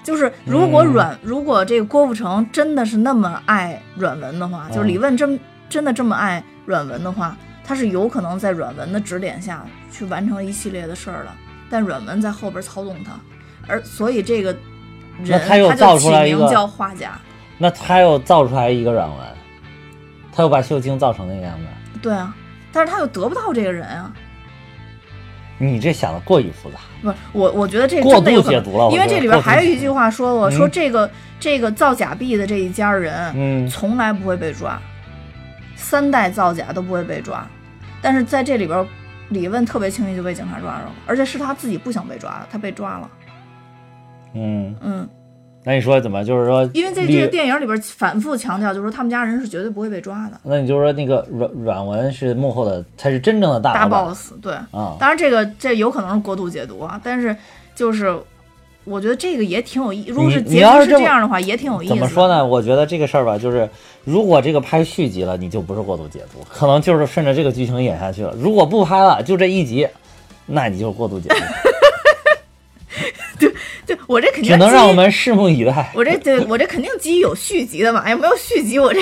就是如果嗯阮、如果这个郭富城真的是那么爱阮文的话，嗯就是李问真真的这么爱阮文的话，他是有可能在阮文的指点下去完成一系列的事儿的。但阮文在后边操纵他，而所以这个那人他又造就出起来一名个叫画家。那他又造出来一个软文，他又把秀清造成那个样子，对啊，但是他又得不到这个人啊。你这想的过于复杂。不是我，我觉得这过真的有度可能解读了我因为觉得这里边过度还有解一句话说过，嗯说这个这个造假币的这一家人嗯从来不会被抓，三代造假都不会被抓，但是在这里边，李问特别轻易就被警察抓着了，而且是他自己不想被抓的，他被抓了，嗯，嗯，那你说怎么？就是说，因为在李这个电影里边反复强调，就是说他们家人是绝对不会被抓的，那你就说那个阮阮文是幕后的，才是真正的大大老板 boss 对，啊。当然这个这有可能是过度解读啊，但是就是。我觉得这个也挺有意，如果你是你结要局是是这这么样的话，也挺有意思怎的。么说呢？我觉得这个事儿吧，就是如果这个拍续集了，你就不是过度解读，可能就是顺着这个剧情演下去了。如果不拍了，就这一集，那你就过度解 读，对 我这肯定只能基于让我们拭目以待。我这对我这肯定基于有续集的嘛，哎，没有续集我这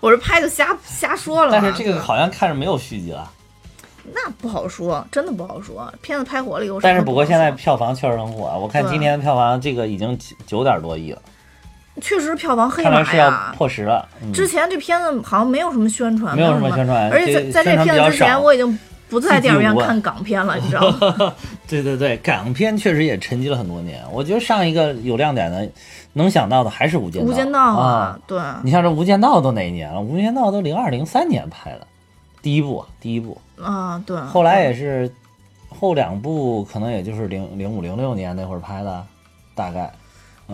我这拍就瞎瞎说了嘛。 但是这个好像看着没有续集了，那不好说，真的不好说。片子拍火了以后，但是不不好过说现在票房确实很火啊，我看对今天的票房这个已经九九点多亿了，确实票房黑看来马是要哎呀。破十了。嗯之前这片子好像没有什么宣传，没有有什么宣传而且这在在宣这传片比较子之前少我已经不在电影院四季五万啊看港片了，你知道吗？对对对，港片确实也沉寂了很多年。我觉得上一个有亮点的，能想到的还是《无间《无间道》啊。，对，你像这《无间道》都哪一年了？《无间道》都零二零三年拍的，第一部，第一部，啊对。后来也是后两部，可能也就是零零五零六年那会儿拍的，大概。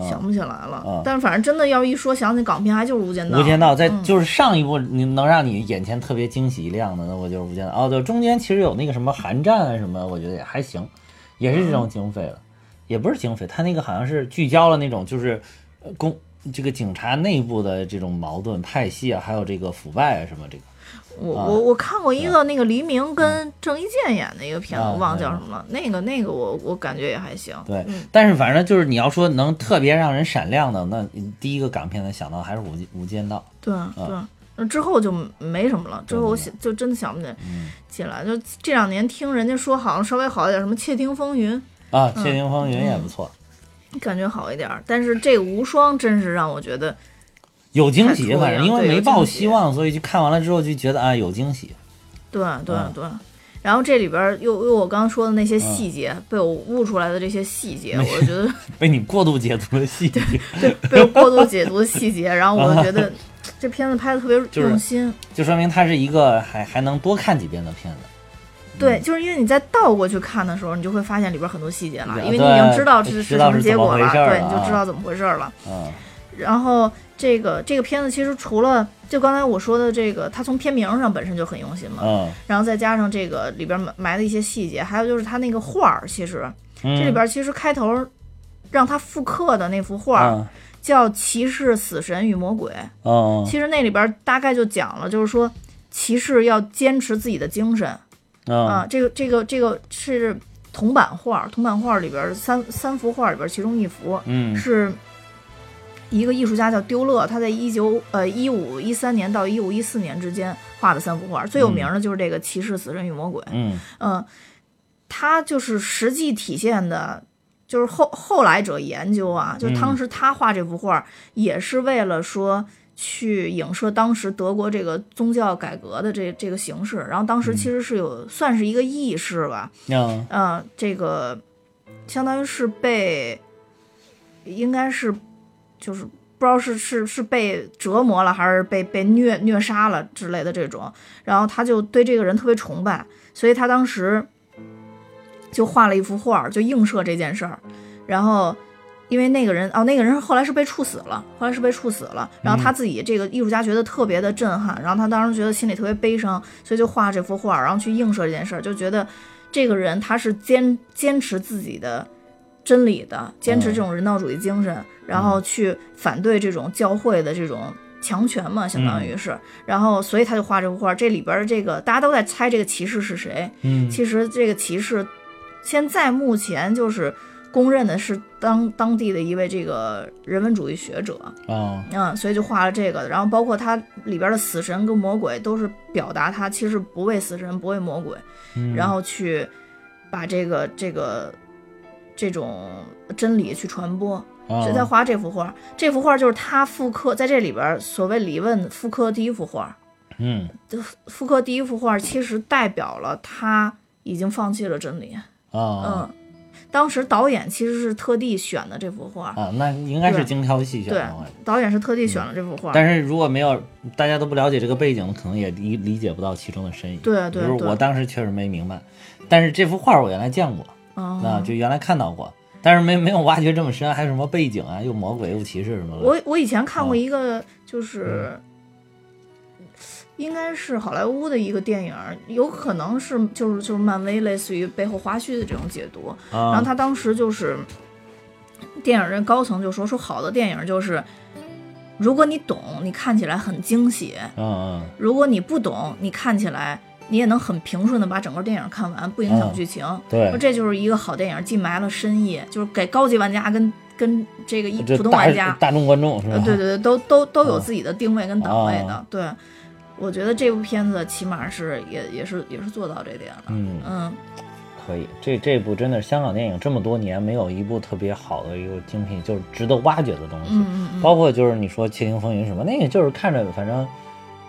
想不起来了。嗯但是反正真的要一说想起港片，还就是《无间道》。无间道在就是上一部你能让你眼前特别惊喜一亮的，那我就是无间道。哦，对，中间其实有那个什么寒战啊什么，我觉得也还行，也是这种警匪的，也不是警匪，他那个好像是聚焦了那种就是呃公这个警察内部的这种矛盾派系啊，还有这个腐败啊什么这个。我啊我我看过一个那个黎明跟郑伊健演的一个片子，啊我忘了叫什么了。那个那个我我感觉也还行。对嗯，但是反正就是你要说能特别让人闪亮的，那第一个港片能想到还是无间《无间道对对，那之后就没什么了。之后我想就真的想不起起来，就这两年听人家说好像稍微好一点，什么《窃听风云》啊，嗯《窃听风云》也不错，感觉好一点，但是这个《无双》真是让我觉得有惊太喜，多反正了因为对没有抱惊喜希望，所以就看完了之后就觉得啊有惊喜。对对嗯对。然后这里边儿又又我刚说的那些细节，被我悟出来的这些细节，我觉得 被你过度解读的细节，对被我过度解读的细节，然后我就觉得这片子拍的特别就是用心。就说明它是一个还还能多看几遍的片子。嗯对，就是因为你在倒过去看的时候，你就会发现里边很多细节了，啊对因为你已经知道这知是什道么是结怎么果回了，事儿对，了你就啊知道怎么回事儿了。嗯然后这个这个片子其实除了就刚才我说的这个，它从片名上本身就很用心嘛，嗯，然后再加上这个里边埋埋的一些细节，还有就是它那个画儿，其实这这里边其实开头让他复刻的那幅画儿嗯叫《骑士、死神与魔鬼》，嗯其实那里边大概就讲了，就是说骑士要坚持自己的精神。啊嗯，这个这个这个是铜版画，铜版画里边儿三三幅画里边儿其中一幅嗯是一个艺术家叫丢勒，他在一九呃一五一三年到一五一四年之间画的三幅画，最有名的就是这个《骑士、死神与魔鬼》。嗯嗯，他就是实际体现的，就是后后来者研究啊，就当时他画这幅画也是为了说去影射当时德国这个宗教改革的这这个形式，然后当时其实是有、算是一个意识吧，嗯嗯、这个相当于是被，应该是就是。不知道是是是被折磨了，还是被被虐虐杀了之类的这种，然后他就对这个人特别崇拜，所以他当时就画了一幅画儿，就映射这件事儿。然后因为那个人哦，那个人是后来是被处死了，后来是被处死了。然后他自己这个艺术家觉得特别的震撼，然后他当时觉得心里特别悲伤，所以就画这幅画儿，然后去映射这件事儿，就觉得这个人他是坚坚持自己的。真理的，坚持这种人道主义精神，然后去反对这种教会的这种强权嘛，相当于是，然后所以他就画这幅画。这里边儿这个大家都在猜这个骑士是谁，嗯，其实这个骑士，现在目前就是公认的是当当地的一位这个人文主义学者，哦嗯，所以就画了这个。然后包括它里边的死神跟魔鬼都是表达他其实不畏死神，不畏魔鬼，嗯然后去把这个这个这种真理去传播。谁在哦画这幅画？这幅画就是他复刻在这里边所谓理问复刻第一幅画。嗯复刻第一幅画其实代表了他已经放弃了真理。哦嗯，当时导演其实是特地选的这幅画，啊，那应该是对精挑细选对的，我感觉，导演是特地选了这幅画。但是如果没有大家都不了解这个背景，可能也理理解不到其中的深意。对比对如对，啊我当时确实没明白，但是这幅画我原来见过，嗯啊，就原来看到过，但是没没有挖掘这么深，还有什么背景啊，又魔鬼又骑士什么的。我我以前看过嗯一个，就是、应该是好莱坞的一个电影，有可能是就是就是漫威类似于背后花絮的这种解读。啊，然后他当时就是电影人高层就说说好的电影就是，如果你懂，你看起来很惊喜；嗯嗯如果你不懂，你看起来你也能很平顺的把整个电影看完，不影响嗯剧情。对说这就是一个好电影，既埋了深意，就是给高级玩家跟跟这个一这普通大玩家，大众观众是吧？呃，对对对，都都都有嗯自己的定位跟档位的。哦对，我觉得这部片子起码是也也是也是做到这点了。嗯，嗯，可以。这这部真的是香港电影这么多年没有一部特别好的一个精品，就是值得挖掘的东西。嗯包括就是你说《窃听风云》什么，那个就是看着反正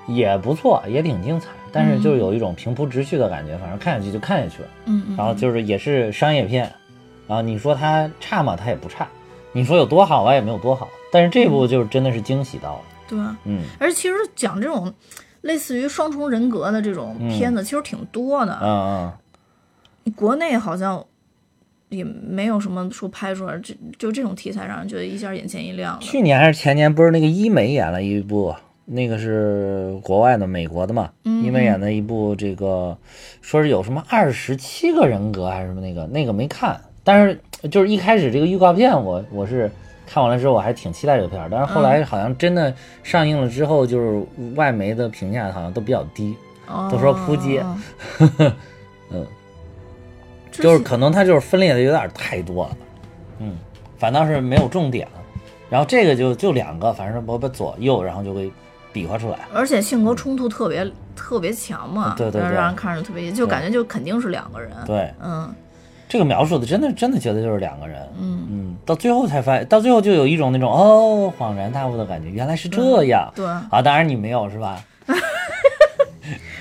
也不错，也挺精彩，但是就是有一种平铺直叙的感觉，反正看下去就看下去了。嗯嗯，然后就是也是商业片，然后你说它差嘛，它也不差；你说有多好吧，也没有多好。但是这部就是真的是惊喜到了，对。嗯而其实讲这种类似于双重人格嗯啊的这种片子，其实挺多的。嗯国内好像也没有什么书拍出来，这就这种题材让人觉得一下眼前一亮了。去年还是前年，不是那个医美演了一部，那个是国外的美国的嘛？医美演的一部，这个说是有什么二十七个人格还是什么那个，那个没看，但是就是一开始这个预告片我，我是看完了之后我还挺期待这个片儿，但是后来好像真的上映了之后，就是外媒的评价好像都比较低，哦都说扑街， 嗯，之就是前可能它就是分裂的有点太多了，嗯，反倒是没有重点了。然后这个就就两个，反正不不左右，然后就会比划出来。而且性格冲突特别特别强嘛，对对对让人看着特别，就感觉就肯定是两个人。对，嗯，这个描述的真的真的觉得就是两个人，嗯到最后才发，到最后就有一种那种哦恍然大悟的感觉，原来是嗯这样。对啊，当然你没有是吧？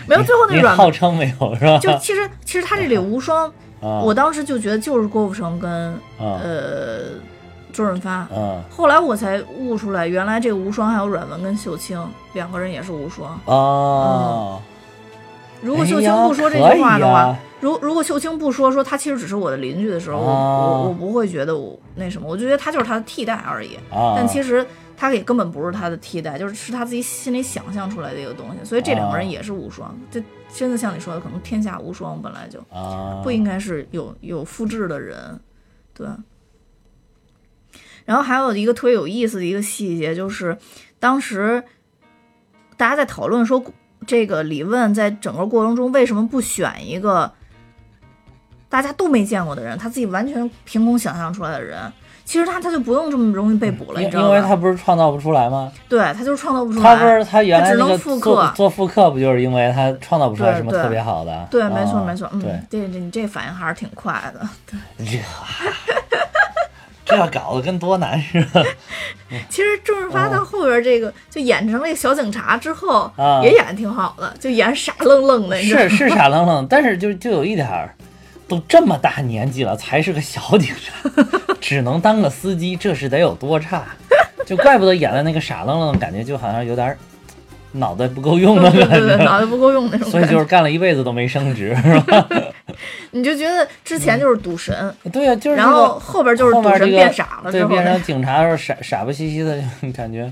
没有最后那你软号称没有是吧？就其实其实他这里无双，啊我当时就觉得就是郭富城跟、啊呃周润发，嗯后来我才悟出来，原来这个无双还有阮文跟秀清两个人也是无双。哦，嗯如果秀哎清呀不说这句话的可以啊话呀，如如果秀清不说说他其实只是我的邻居的时候，我啊我我不会觉得我那什么，我就觉得他就是他的替代而已。啊但其实他也根本不是他的替代，就是是他自己心里想象出来的一个东西。所以这两个人也是无双，这真的像你说的，可能天下无双本来就啊不应该是有有复制的人，对。然后还有一个特别有意思的一个细节，就是当时大家在讨论说，这个李问在整个过程中为什么不选一个大家都没见过的人，他自己完全凭空想象出来的人，其实他他就不用这么容易被捕了，嗯你因知道因为他吧？不是创造不出来吗？对他就是创造不出他不来是。他原来只那能个复做刻做复刻，不就是因为他创造不出来对什么对特别好的？对，没错啊没错，嗯对，，这这你这反应还是挺快的。这 这要搞得跟多难似的其实周润哦发到后边这个、就演成那个小警察之后，啊也演得挺好的，就演傻愣愣的，你知道是 是吗？傻愣愣，但是就就有一点儿，都这么大年纪了才是个小警 察，只能当个司机，这是得有多差？就怪不得演的那个傻愣愣，感觉就好像有点儿脑袋不够用的 对感对对，觉，脑袋不够用那种所以感就是觉，干了一辈子都没升职，是吧？你就觉得之前就是赌神， 对呀、就是、这然个、后后边就是嗯后赌面神这个变傻了之对，后变那成警察的时候傻傻不兮兮的，就感觉，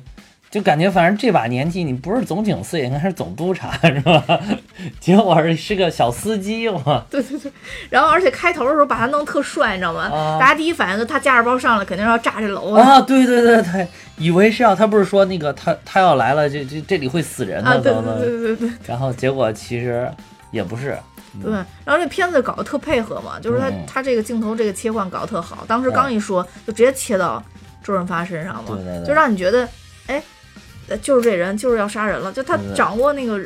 就感觉反正这把年纪你不是总警司，也应该是总督察是吧？ 结果是个小司机，我对对对，然后而且开头的时候把他弄特帅，你知道吗？啊大家第一反应就他驾驶包上来肯定是要炸这楼 的啊，对对对对，以为是要他不是说那个他他要来了，这这这里会死人啊！的，对怎么对怎么对对对然后结果其实也不是，对，然后这片子搞得特配合嘛，就是他、嗯他这个镜头这个切换搞得特好，当时刚一说、就直接切到周润发身上嘛，哦对对对就让你觉得，哎，呃就是这人就是要杀人了，就他对对掌握那个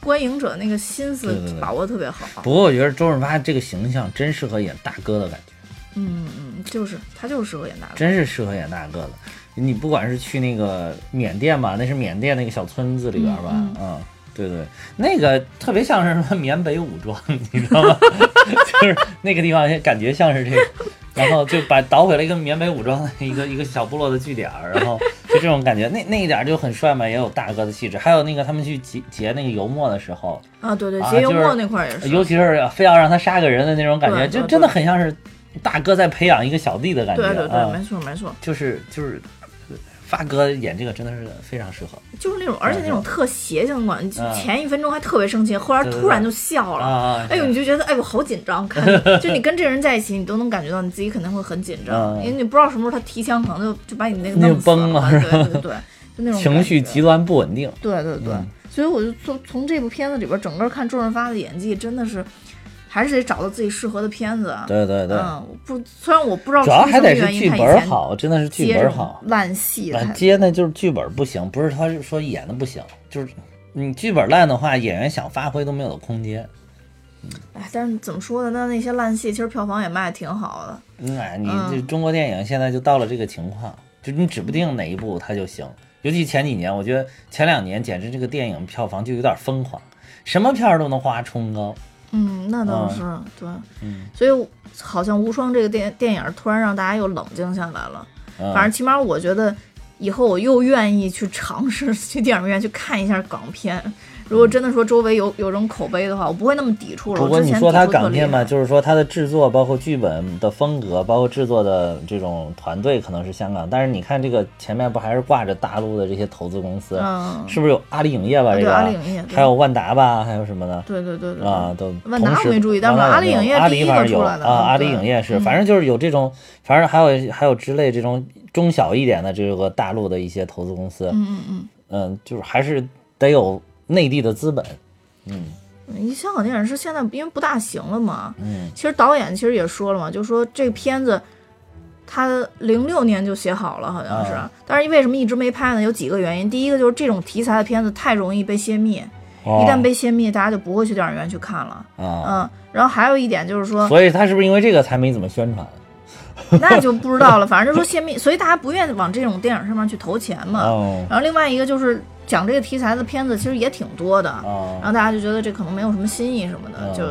观影者那个心思对对对把握特别好，不过我觉得周润发这个形象真适合演大哥的感觉。嗯嗯，就是他就是适合演大哥，真是适合演大个子。你不管是去那个缅甸吧，那是缅甸那个小村子里边吧，嗯嗯，对对，那个特别像是什么缅北武装， 你知道吗？就是那个地方感觉像是这个，然后就把捣毁了一个缅北武装的一个一个小部落的据点儿，然后就这种感觉，那那一点儿就很帅嘛，也有大哥的气质。还有那个他们去劫劫那个油墨的时候，啊，对对，啊节油就是墨那块儿也是，尤其是非要让他杀个人的那种感觉，对就对真的很像是大哥在培养一个小弟的感觉，对对对，嗯没错没错，就是就是，发哥演这个真的是非常适合就是那种而且那种特邪性嘛，你哎嗯前一分钟还特别生气，后来对对对突然就笑了。啊哎呦，你就觉得哎，我好紧张，看着就你跟这人在一起，你都能感觉到你自己肯定会很紧张，嗯因为你不知道什么时候他提枪，可能就就把你那个那就弄死崩了对对对对，就那种情绪感觉极端不稳定，对对对，嗯所以我就从从这部片子里边，整个看周润发的演技，真的是还是得找到自己适合的片子啊。对对对，嗯，我不，虽然我不知道主要是还什么得是原因剧他以本前好，真的是剧接这本种好。烂戏那他接呢就是剧本不行，不是他是说演的不行，就是你剧本烂的话，演员想发挥都没有空间。哎，但是怎么说呢？那那些烂戏其实票房也卖的挺好的。嗯，哎你嗯这中国电影现在就到了这个情况，就你指不定哪一部它就行。尤其前几年，我觉得前两年简直这个电影票房就有点疯狂，什么片儿都能花冲高。嗯，那倒嗯是、对，嗯所以好像《无双》这个电电影儿突然让大家又冷静下来了。嗯、反正起码我觉得，以后我又愿意去尝试去电影院去看一下港片，如果真的说周围有有种口碑的话，我不会那么抵触了。不我过之你前说抵它触特港厉片嘛，害就是说它的制作，包括剧本的风格，包括制作的这种团队，可能是香港。但是你看这个前面不还是挂着大陆的这些投资公司，嗯，是不是有阿里影业吧？对这个阿里影业对还有万达吧，还有什么的对对对对啊？都万同达时我没注意但是万达阿里有影业阿第里一反个正出有来的啊，阿里对影业是，嗯反正就是有这种，反正还有还有之类这种中小一点的这个大陆的一些投资公司，嗯嗯嗯嗯，就是还是得有内地的资本，嗯嗯，因为香港电影是现在因为不大行了嘛，嗯其实导演其实也说了嘛，就说这片子他零六年就写好了，好像是，啊但是为什么一直没拍呢？有几个原因，第一个就是这种题材的片子太容易被泄密，哦一旦被泄密，大家就不会去电影院去看了。啊，嗯，然后还有一点就是说，所以他是不是因为这个才没怎么宣传？那就不知道了，反正就说泄密，所以大家不愿意往这种电影上面去投钱嘛。哦然后另外一个就是讲这个题材的片子其实也挺多的，然啊后大家就觉得这可能没有什么新意什么的，嗯就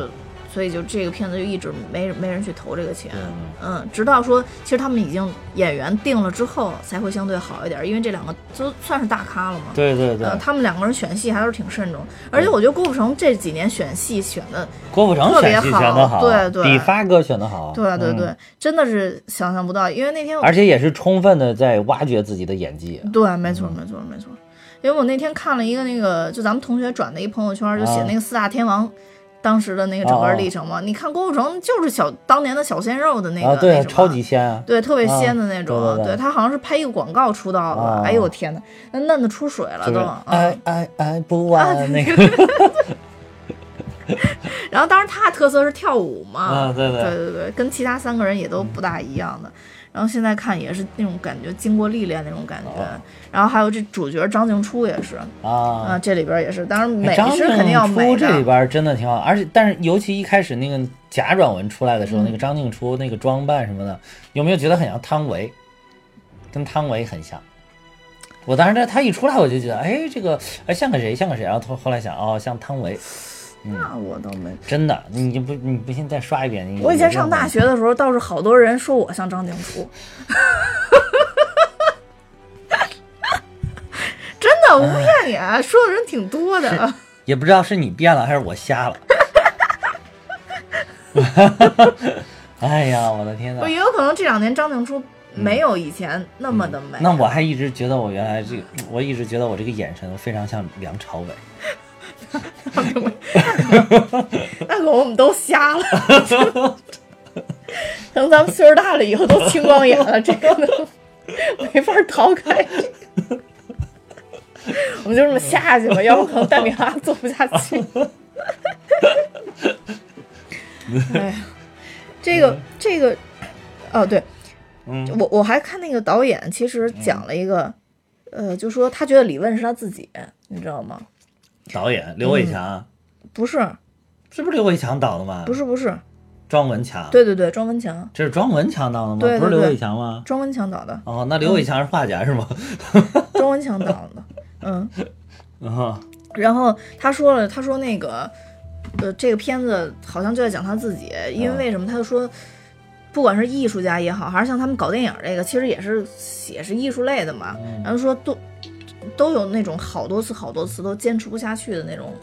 所以就这个片子就一直没没人去投这个钱。嗯嗯，直到说其实他们已经演员定了之后才会相对好一点，因为这两个都算是大咖了嘛。对对对呃，，他们两个人选戏还都是挺慎重，而且我觉得郭富城这几年选戏选的，郭富城特别选戏选的好对对比发哥选的好，对对嗯对，，真的是想象不到。因为那天我而且也是充分的在挖掘自己的演技，对，没错，没错，没错。因为我那天看了一个那个，就咱们同学转的一朋友圈，就写啊那个四大天王当时的那个整啊个啊历程嘛。你看郭富城就是小当年的小鲜肉的那个，啊，那对，什么超级仙啊，对，特别啊鲜的那种。对对对他好像是拍一个广告出道的。啊哎呦我天哪，那嫩的出水了就都。是哎嗯啊爱爱爱不完那个 然后当然他的特色是跳舞嘛，啊对对对对对跟其他三个人也都不大一样的。然后现在看也是那种感觉，经过历练那种感觉。哦然后还有这主角张静初也是，啊，啊。哎这里边也是，当然美张是肯定要静美初这里的。边儿真的挺好，而且但是尤其一开始那个假软文出来的嗯时候，那个张静初那个装扮什么的，有没有觉得很像汤唯？跟汤唯很像。我当时他他一出来我就觉得，哎，这个哎像个谁像个谁，然后后后来想哦像汤唯，那我倒没。真的，你你不你不信再刷一遍。你我以前你就上大能学的时候，倒是好多人说我像张静初， 真的，我不骗你啊，说的人挺多的。也不知道哎是你变了还是我瞎了。 哎呀，我的天哪不，！ 也有可能这两年张静初没有以前那么的美。嗯那我还一直觉得我原来这，我一直觉得我这个眼神非常像梁朝伟。 那可能我们都瞎了。等咱们岁数大了以后都青光眼了，这个都没法逃开。我们就这么下去吧，要不可能蛋饼哈做不下去。哎呀，这个这个，哦对，嗯我我还看那个导演，其实讲了一个，呃，就说他觉得李问是他自己，你知道吗？导演刘嗯伟强、不是，是不是刘伟强导的吗？不，是，不是，庄文强。，对对对，庄文强，这是庄文强导的吗？对对不是刘对嗯伟强吗？庄文强导的。哦，那刘伟强是画家是吗？中文强档的，嗯，啊、然后他说了，他说那个，呃，这个片子好像就在讲他自己，因为为什么？他就说，不管是艺术家也好，还是像他们搞电影这个，其实也是也是艺术类的嘛。然后说都都有那种好多次好多次都坚持不下去的那种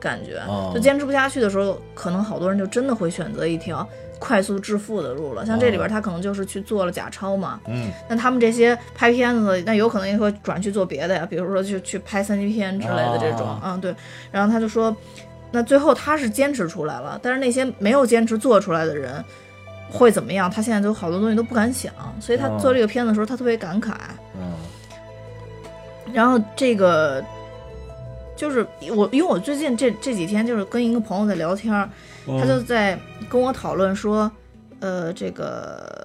感觉哦，就坚持不下去的时候，可能好多人就真的会选择一条快速致富的路了。像这里边他可能就是去做了假钞嘛， 嗯，那他们这些拍片子的，那有可能也会转去做别的呀，比如说去去拍三级片之类的这种，啊嗯，对。然后他就说，那最后他是坚持出来了，但是那些没有坚持做出来的人会怎么样？他现在就好多东西都不敢想，所以他哦做这个片子的时候，他特别感慨。嗯然后这个就是我，因为我最近这这几天就是跟一个朋友在聊天儿，嗯，他就在跟我讨论说，呃，这个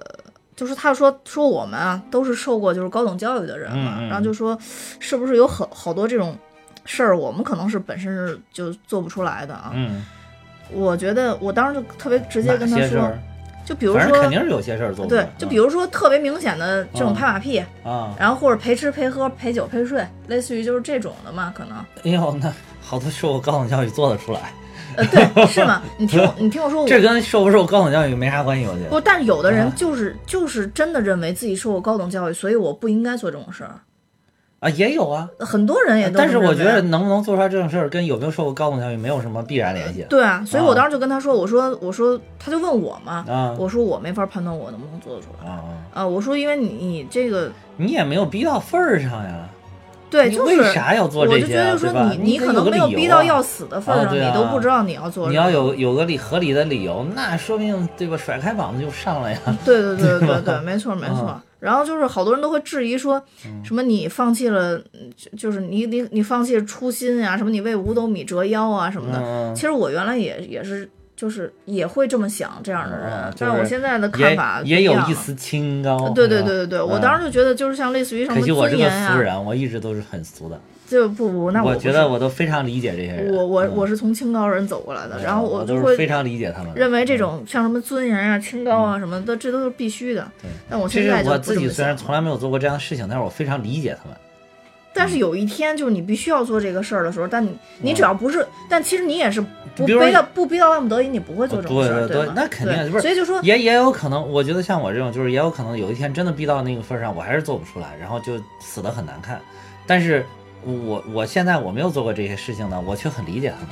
就是他说说我们啊都是受过就是高等教育的人嘛，嗯嗯嗯然后就说是不是有好好多这种事儿，我们可能是本身是就做不出来的啊。嗯，我觉得我当时就特别直接跟他哪些事说儿，就比如反正肯定说。是有些事儿做不对了，就比如说特别明显的这种嗯拍马屁，啊，然后或者陪吃陪喝陪酒陪睡，类似于就是这种的嘛，可能。哎呦，那好多受过高等教育做得出来。呃， 对，是吗？你听我，你听我说，我这跟受不受高等教育没啥关系，我觉得。不，但是有的人啊就是就是真的认为自己受过高等教育，所以我不应该做这种事儿。啊，也有啊。很多人也都但是是啊我这觉样得能不能做出来这种事儿，跟有没有受过高等教育没有什么必然联系。对啊，所以啊我当时就跟他说，我说我说，他就问我嘛，啊我说我没法判断我能不能做得出来啊啊，啊，我说因为你你这个你也没有逼到份儿上呀。对，你就是为啥要做我这就觉些啊得对说吧你你你得有可能个没有理由逼到啊要死的份儿啊上，对你都啊不知道你要做什么。你要有有个理合理的理由，那说明对吧？甩开膀子就上来呀。对对对 对对，没错没错啊。嗯然后就是好多人都会质疑说，什么你放弃了，嗯就就是你你你放弃了初心啊，什么你为五斗米折腰啊什么的。嗯，其实我原来也也是，就是也会这么想这样的人，嗯就是但我现在的看也法不也有样了呃一丝清高。对对是吧对，对对，我当时就觉得就是像类似于什嗯可么惜我是尊个严俗啊，人，我一直都是很俗的。就不不，那我不觉得是我都非常理解这些人。我我嗯我是从清高人走过来的，对然后我就都是非会常理解他们的。认为这种像什么尊严啊、清高啊什么的，这都是必须的。对但我嗯其现实在就我不自这己么虽想然了。从来没有做过这样的事情，但是我非常理解他们。但是有一天，就是你必须要做这个事儿的时候，但你你只要不是，但其实你也是不嗯比如说哦逼到不逼到万不得已，你不会做这种对事儿，对对吗？那肯定对不是所以就 说，也也有可能，我觉得像我这种，就是也有可能有一天真的逼到那个份儿上，我还是做不出来，然后就死得很难看。但是我我现在我没有做过这些事情呢，我却很理解他们。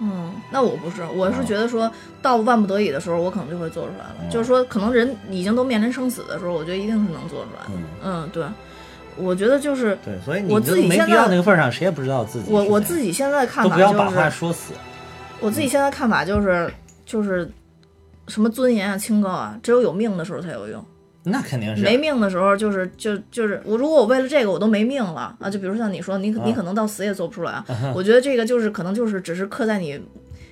嗯，那我不是，我是嗯觉得说到万不得已的时候，我可能就会做出来了。嗯就是说，可能人已经都面临生死的时候，我觉得一定是能做出来的。嗯，嗯，对，我觉得就是对，所以你我就自己没现逼到在那个份儿上，谁也不知道自己我是我怎自样己现在的看都法不要把就话是，说嗯死。我自己现在看法就是就是什么尊严啊、清高啊，只有有命的时候才有用。那肯定是没命的时候，就是就就是我，如果我为了这个我都没命了啊，就比如像你说，你可你啊可能到死也做不出来啊。我觉得这个就是可能就是只是刻在你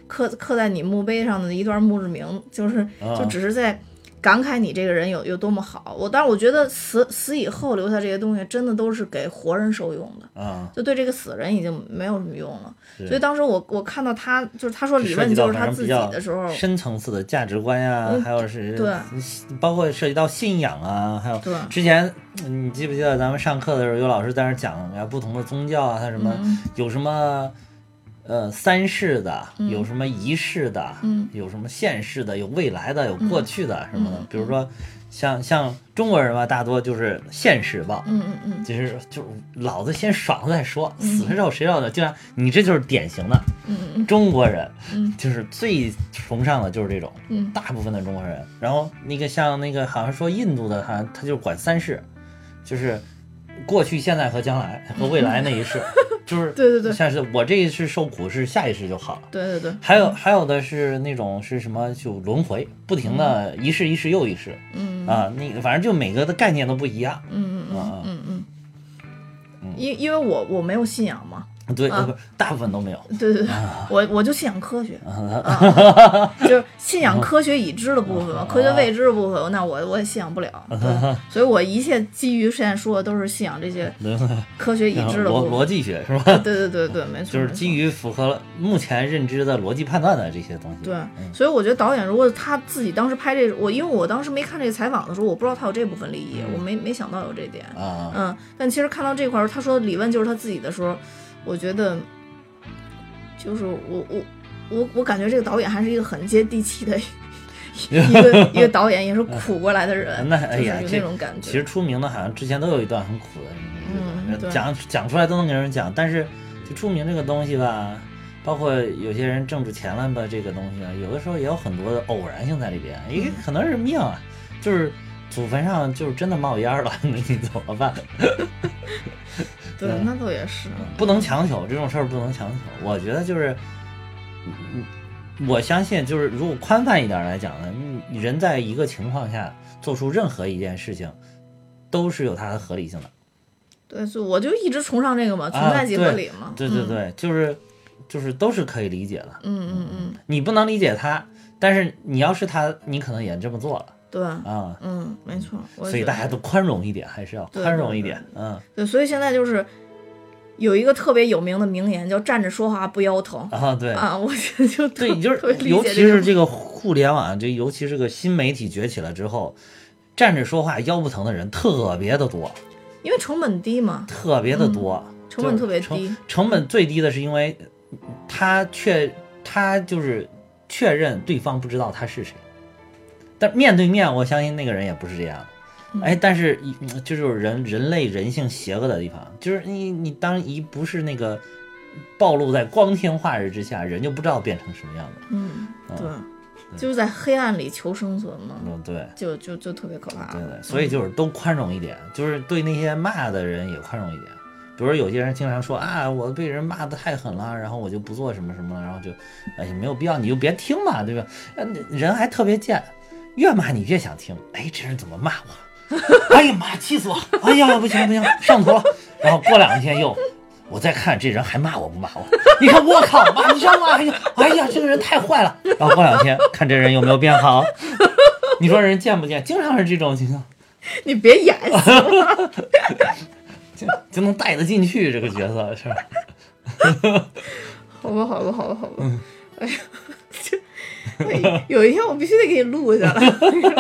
刻刻在你墓碑上的一段墓志铭，就是啊就只是在感慨你这个人有有多么好。我但是我觉得死死以后留下这些东西，真的都是给活人受用的。啊，就对这个死人已经没有什么用了，是所以当时我我看到他就是他说理涉论及到就是反他正自比己较的时候，深层次的价值观呀、嗯还有是对包括涉及到信仰啊，还有对之前嗯你记不记得咱们上课的时候有老师在那儿讲啊不同的宗教啊，它什么、嗯有什么呃三世的，有什么一世的，嗯有什么现世的，有未来的，有过去的、什么的，比如说像像中国人吧，大多就是现世报。嗯嗯嗯其实就是老子先爽了再说，死了之后谁知道呢？竟然你这就是典型的嗯嗯中国人，嗯就是最崇尚的就是这种，嗯大部分的中国人。然后那个像那个好像说印度的，好像他就管三世，就是过去、现在和将来和未来那一 世，就是对对对像是我这一世受苦是下一世就好了。对对对，还有还有的是那种是什么就轮回，不停的一世一世又一世嗯。啊，那个反正就每个的概念都不一样。嗯嗯啊嗯嗯嗯，因因为我我没有信仰嘛，对，呃嗯不是大部分都没有对对对，啊我我就信仰科学，啊， 就是信仰科学已知的部啊分嘛，科学未知的部分，那我我也信仰不了，对，所以我一切基于现在说的都是信仰这些 对科学已知的逻部逻分，辑学是吧？ 对对对对，没错，就是基于。于符合了目前认知的逻辑判断的这些东西。对，所以我觉得导演如果他自己当时拍这，我因为我当时没看这个采访的时候，我不知道他有这部分利益，嗯我没没想到有这点。啊，嗯，但其实看到这块儿，他说理论就是他自己的时候，我觉得，就是我我我我感觉这个导演还是一个很接地 气的一个一个导演，也是苦过来的人，那嗯就哎是呀有这那种感其觉。实出名的，好像之前都有一段很苦的日嗯子，对讲讲出来都能给人讲，但是就出名这个东西吧，包括有些人挣住钱了吧，这个东西啊，有的时候也有很多的偶然性在里边，也嗯可能是命啊，就是祖坟上就是真的冒烟了， 那你怎么办？对，嗯那倒也是。不能强求这种事儿，不能强求。我觉得就是，嗯我相信就是，如果宽泛一点来讲呢，你人在一个情况下做出任何一件事情，都是有它的合理性的。对，所以我就一直崇尚这个嘛，存啊在即合理嘛。对对对，就是就是都是可以理解的。嗯嗯嗯，你不能理解他，但是你要是他，你可能也这么做了对，啊。嗯，没错。我也所以觉大得家都宽容一点，还是要对宽对容一对点。嗯对，所以现在就是有一个特别有名的名言，叫“站着说话不腰疼”。啊，对啊，我觉得就特对，你 就特别是理解尤其这个是这个互联网，这尤其是个新媒体崛起了之后，站着说话腰不疼的人特别的多，因为成本低嘛，特别的多，嗯成本就是特别成低。成本最低的是因为他确他就是确认对方不知道他是谁，但面对面，我相信那个人也不是这样的。哎，但是一嗯就是有人人类人性邪恶的地方，就是你你当一不是那个暴露在光天化日之下，人就不知道变成什么样子。嗯，对，就是在黑暗里求生存嘛，啊嗯，对，就就就特别可怕嗯对。对，所以就是都宽容一点，就是对那些骂的人也宽容一点。比如说有些人经常说啊，我被人骂的太狠了，然后我就不做什么什么了，然后就，哎，也没有必要，你就别听嘛，对吧？呃人还特别贱，越骂你越想听。哎，这人怎么骂我？ 哎呀妈，气死我！哎呀，不行不行，上头了。然后过两天又，我再看这人还骂我不骂我？你看我靠，马上啊！哎呀，哎呀，这个人太坏了。然后过两天看这人有没有变好。你说人贱不贱？经常是这种情况，你别演，就就能带得进去这个角色是吧？好吧，好吧，好吧，好吧。嗯哎呀，这哎 有一天我必须得给你录下来，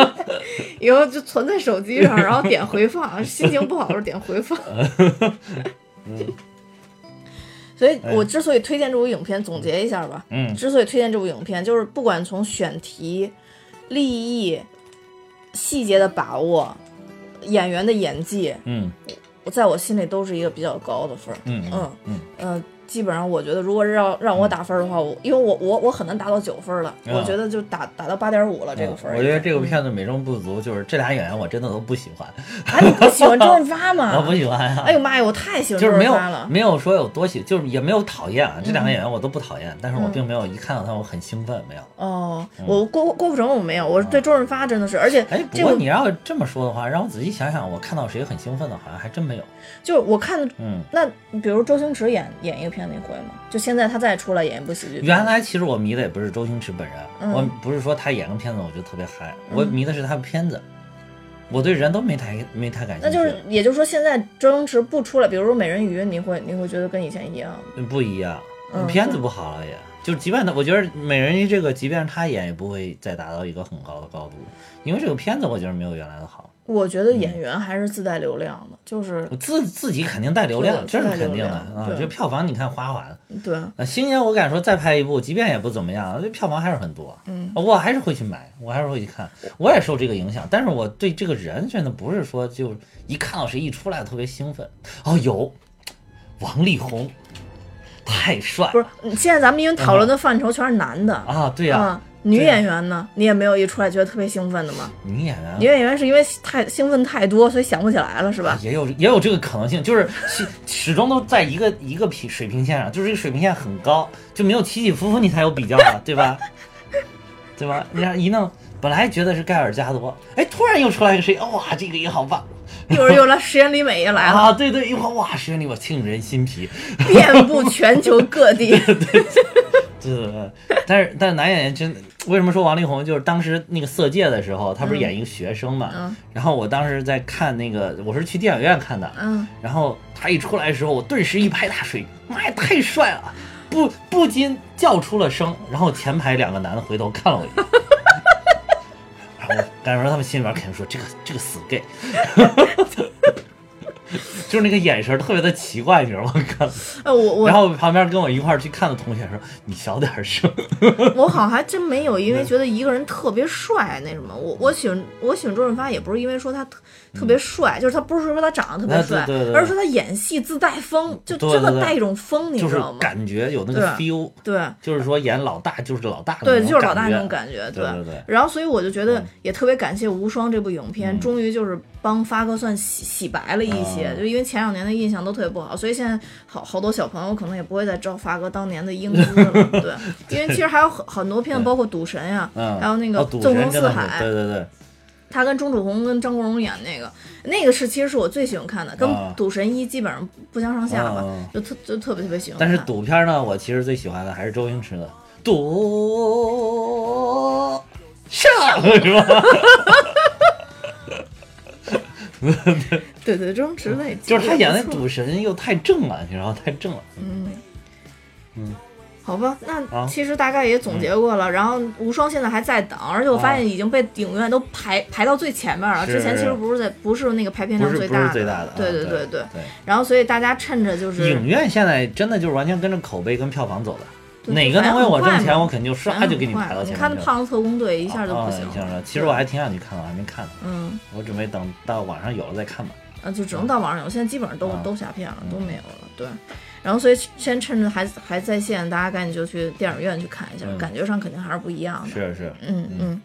以后就存在手机上，然后点回放，心情不好的时候点回放。嗯所以，我之所以推荐这部影片，总结一下吧。哎嗯之所以推荐这部影片，就是不管从选题、立意、细节的把握、演员的演技， 嗯我在我心里都是一个比较高的分儿。嗯嗯嗯呃，基本上我觉得，如果是让让我打分儿的话，我因为我我我很难达到九分儿了，嗯我觉得就打打到八点五了这个分儿啊已嗯我经。觉得这个片子美中不足就是这俩演员我真的都不喜欢，啊，你不喜欢周润发 我不吗？喜欢啊。哎呦妈呀，我太喜欢周就是没有润发了。嗯没有说有多喜，就是也没有讨厌啊，这两个演员我都不讨厌，但是我并没有一看到他我很兴奋，没有。哦，我郭郭富城我没有，我对周润发真的是，而且嗯啊哎，不这过个你要这么说的话，让我仔细想想，我看到谁很兴奋的，好像还真没有。就是我看嗯，那比如周星驰演演一个片子你会吗？就现在他再出来演一部喜剧片，原来其实我迷的也不是周星驰本人，嗯我不是说他演个片子我就特别嗨，我迷的是他的片子，我对人都没太没太感兴趣。那就是也就是说现在周星驰不出来，比如说美人鱼，你会你会觉得跟以前一样吗？嗯不一样，嗯片子不好了也，就即便他，我觉得美人鱼这个，即便是他演，也不会再达到一个很高的高度，因为这个片子我觉得没有原来的好，我觉得嗯演员还是自带流量的，就是我自自己肯定带流量，自这带是肯定的流量啊对。这票房你看花花的，对，啊，星爷我敢说再拍一部，即便也不怎么样，这票房还是很多，嗯，我还是会去买，我还是会去看，我也受这个影响，但是我对这个人真的不是说就一看到谁一出来特别兴奋，哦，有王力宏，太帅了不是嗯现在咱们因为讨论的范畴全是男的啊啊，对呀、女对呀演员呢，你也没有一出来觉得特别兴奋的吗？女演员女演员是因为太兴奋太多，所以想不起来了，是吧？也有也有这个可能性，就是始始终都在一个一个平水平线上，就是这个水平线很高，就没有起起伏伏，你才有比较啊，对吧？ 对吧？你看一弄，本来觉得是盖尔加朵，哎，突然又出来一个谁，哇，这个也好棒一会儿又来石原里美也 来了，啊！对对，一会儿哇，实际里我沁人心脾，遍布全球各 地。对对对。但是但是男演员真的，为什么说王力宏就是当时那个《色戒》的时候，他不是演一个学生嘛？嗯然后我当时在看那个，我是去电影院看的，嗯，然后他一出来的时候，我顿时一拍大腿，妈呀，太帅了！不不禁叫出了声。然后前排两个男的回头看了我一眼， 然后我感觉他们心里边肯定说这个这个死 gay，就是那个眼神特别的奇怪，你知道吗？看，哎，我我然后旁边跟我一块儿去看的同学说你小点声，我好像还真没有因为觉得一个人特别帅那什么，我我喜欢我喜欢周润发也不是因为说他特特别帅，就是他不是说他长得特别啊帅嗯对对对，对而是说他演戏自带风，就对对真的对带一种风，你就知是道吗？感觉有那对个啊 feel，对就是说演老大就是老大的对，那就是种老大那感种觉。感觉，对对嗯对然后所以我就觉得也特别感谢《无双》这部影片，终于就是帮发哥算洗洗白了一些，啊就因为前两年的印象都特别不好，所以现在好好多小朋友可能也不会再知道发哥当年的英姿 了。对，因为其实还有很很多片子，包括《赌神》呀，嗯，还有那个哦《赌纵神横真四的是海》对对对，他跟钟楚红跟张国荣演那个，那个是其实是我最喜欢看的，跟啊《赌神一》基本上不相上下吧，啊就特就特别特别喜欢看。但是赌片呢，我其实最喜欢的还是周星驰的赌上，是吧？ 对对，周星驰那也嗯就是他演的也不错赌神又太正了，你知道太正了。好吧，那啊其实大概也总结过了。嗯然后《无双》现在还在档，而且我发现已经被影院都排、排到最前面了。哦是之前其实不是在不是那个排片不量是最不是大最大的啊，对对对对。然后所以大家趁着就是影院现在真的就是完全跟着口碑跟票房走的，对哪个能为我挣钱，我肯定就反唰正就给你很快排到前面去你了。看那胖子特工队一下就不行啊一下了就，其实我还挺想去看的，我还没看呢，嗯，我准备等到网上有了再看吧。啊，就只能到网上有，现在基本上都、啊都下片了，嗯都没有了。对，然后所以先趁着还还在线，大家赶紧就去电影院去看一下，嗯感觉上肯定还是不一样的。是是，嗯嗯。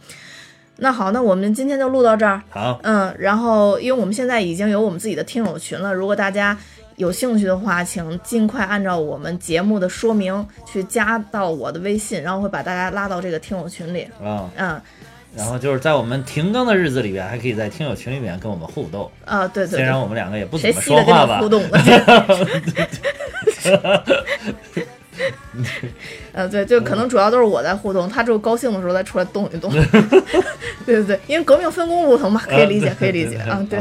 那好，那我们今天就录到这儿。好，嗯，然后因为我们现在已经有我们自己的听友群了，如果大家有兴趣的话，请尽快按照我们节目的说明去加到我的微信，然后会把大家拉到这个听友群里。啊，嗯，然后就是在我们停更的日子里边，还可以在听友群里面跟我们互动。啊，对对虽然对，我们两个也不谁怎么稀说的跟话你吧互，动的？ 呃，对，就可能主要都是我在互动，他只有高兴的时候再出来动一动。 对对对，因为革命分工不同嘛，可以理 解，啊可以理解啊。对，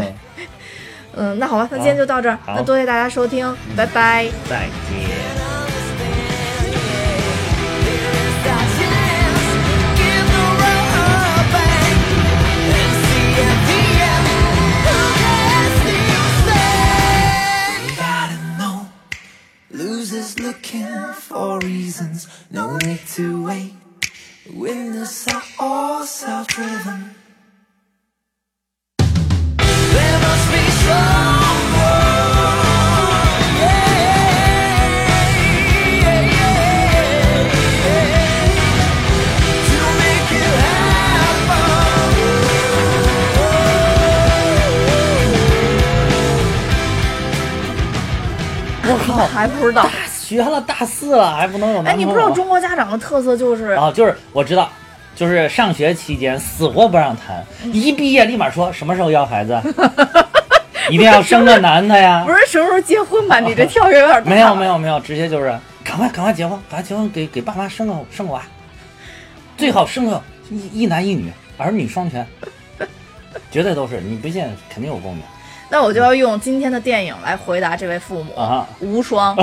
嗯嗯，那好吧，那今天就到这儿，好那多谢大家收听，拜拜。再见。 Give the road back and see at the end who gets the mistake. gotta know. Losers looking for reasons, no need to wait. Winners are all self-driven. There must be someone, yeah, to make it happen. 我靠，还不知道。学了大四了，还不能有哎，男朋友？你不知道中国家长的特色就是啊？就是我知道，就是上学期间死活不让谈，嗯一毕业立马说什么时候要孩 子，一定要生个男的呀不。是什么时候结婚吧？你这跳跃有点大。啊没有没有没有，直接就是赶快赶快结婚，赶快结婚给给爸妈生个生个娃，最好生个一一男一女，儿女双全，绝对都是你不信肯定有共鸣那我就要用今天的电影来回答这位父母。啊！无双。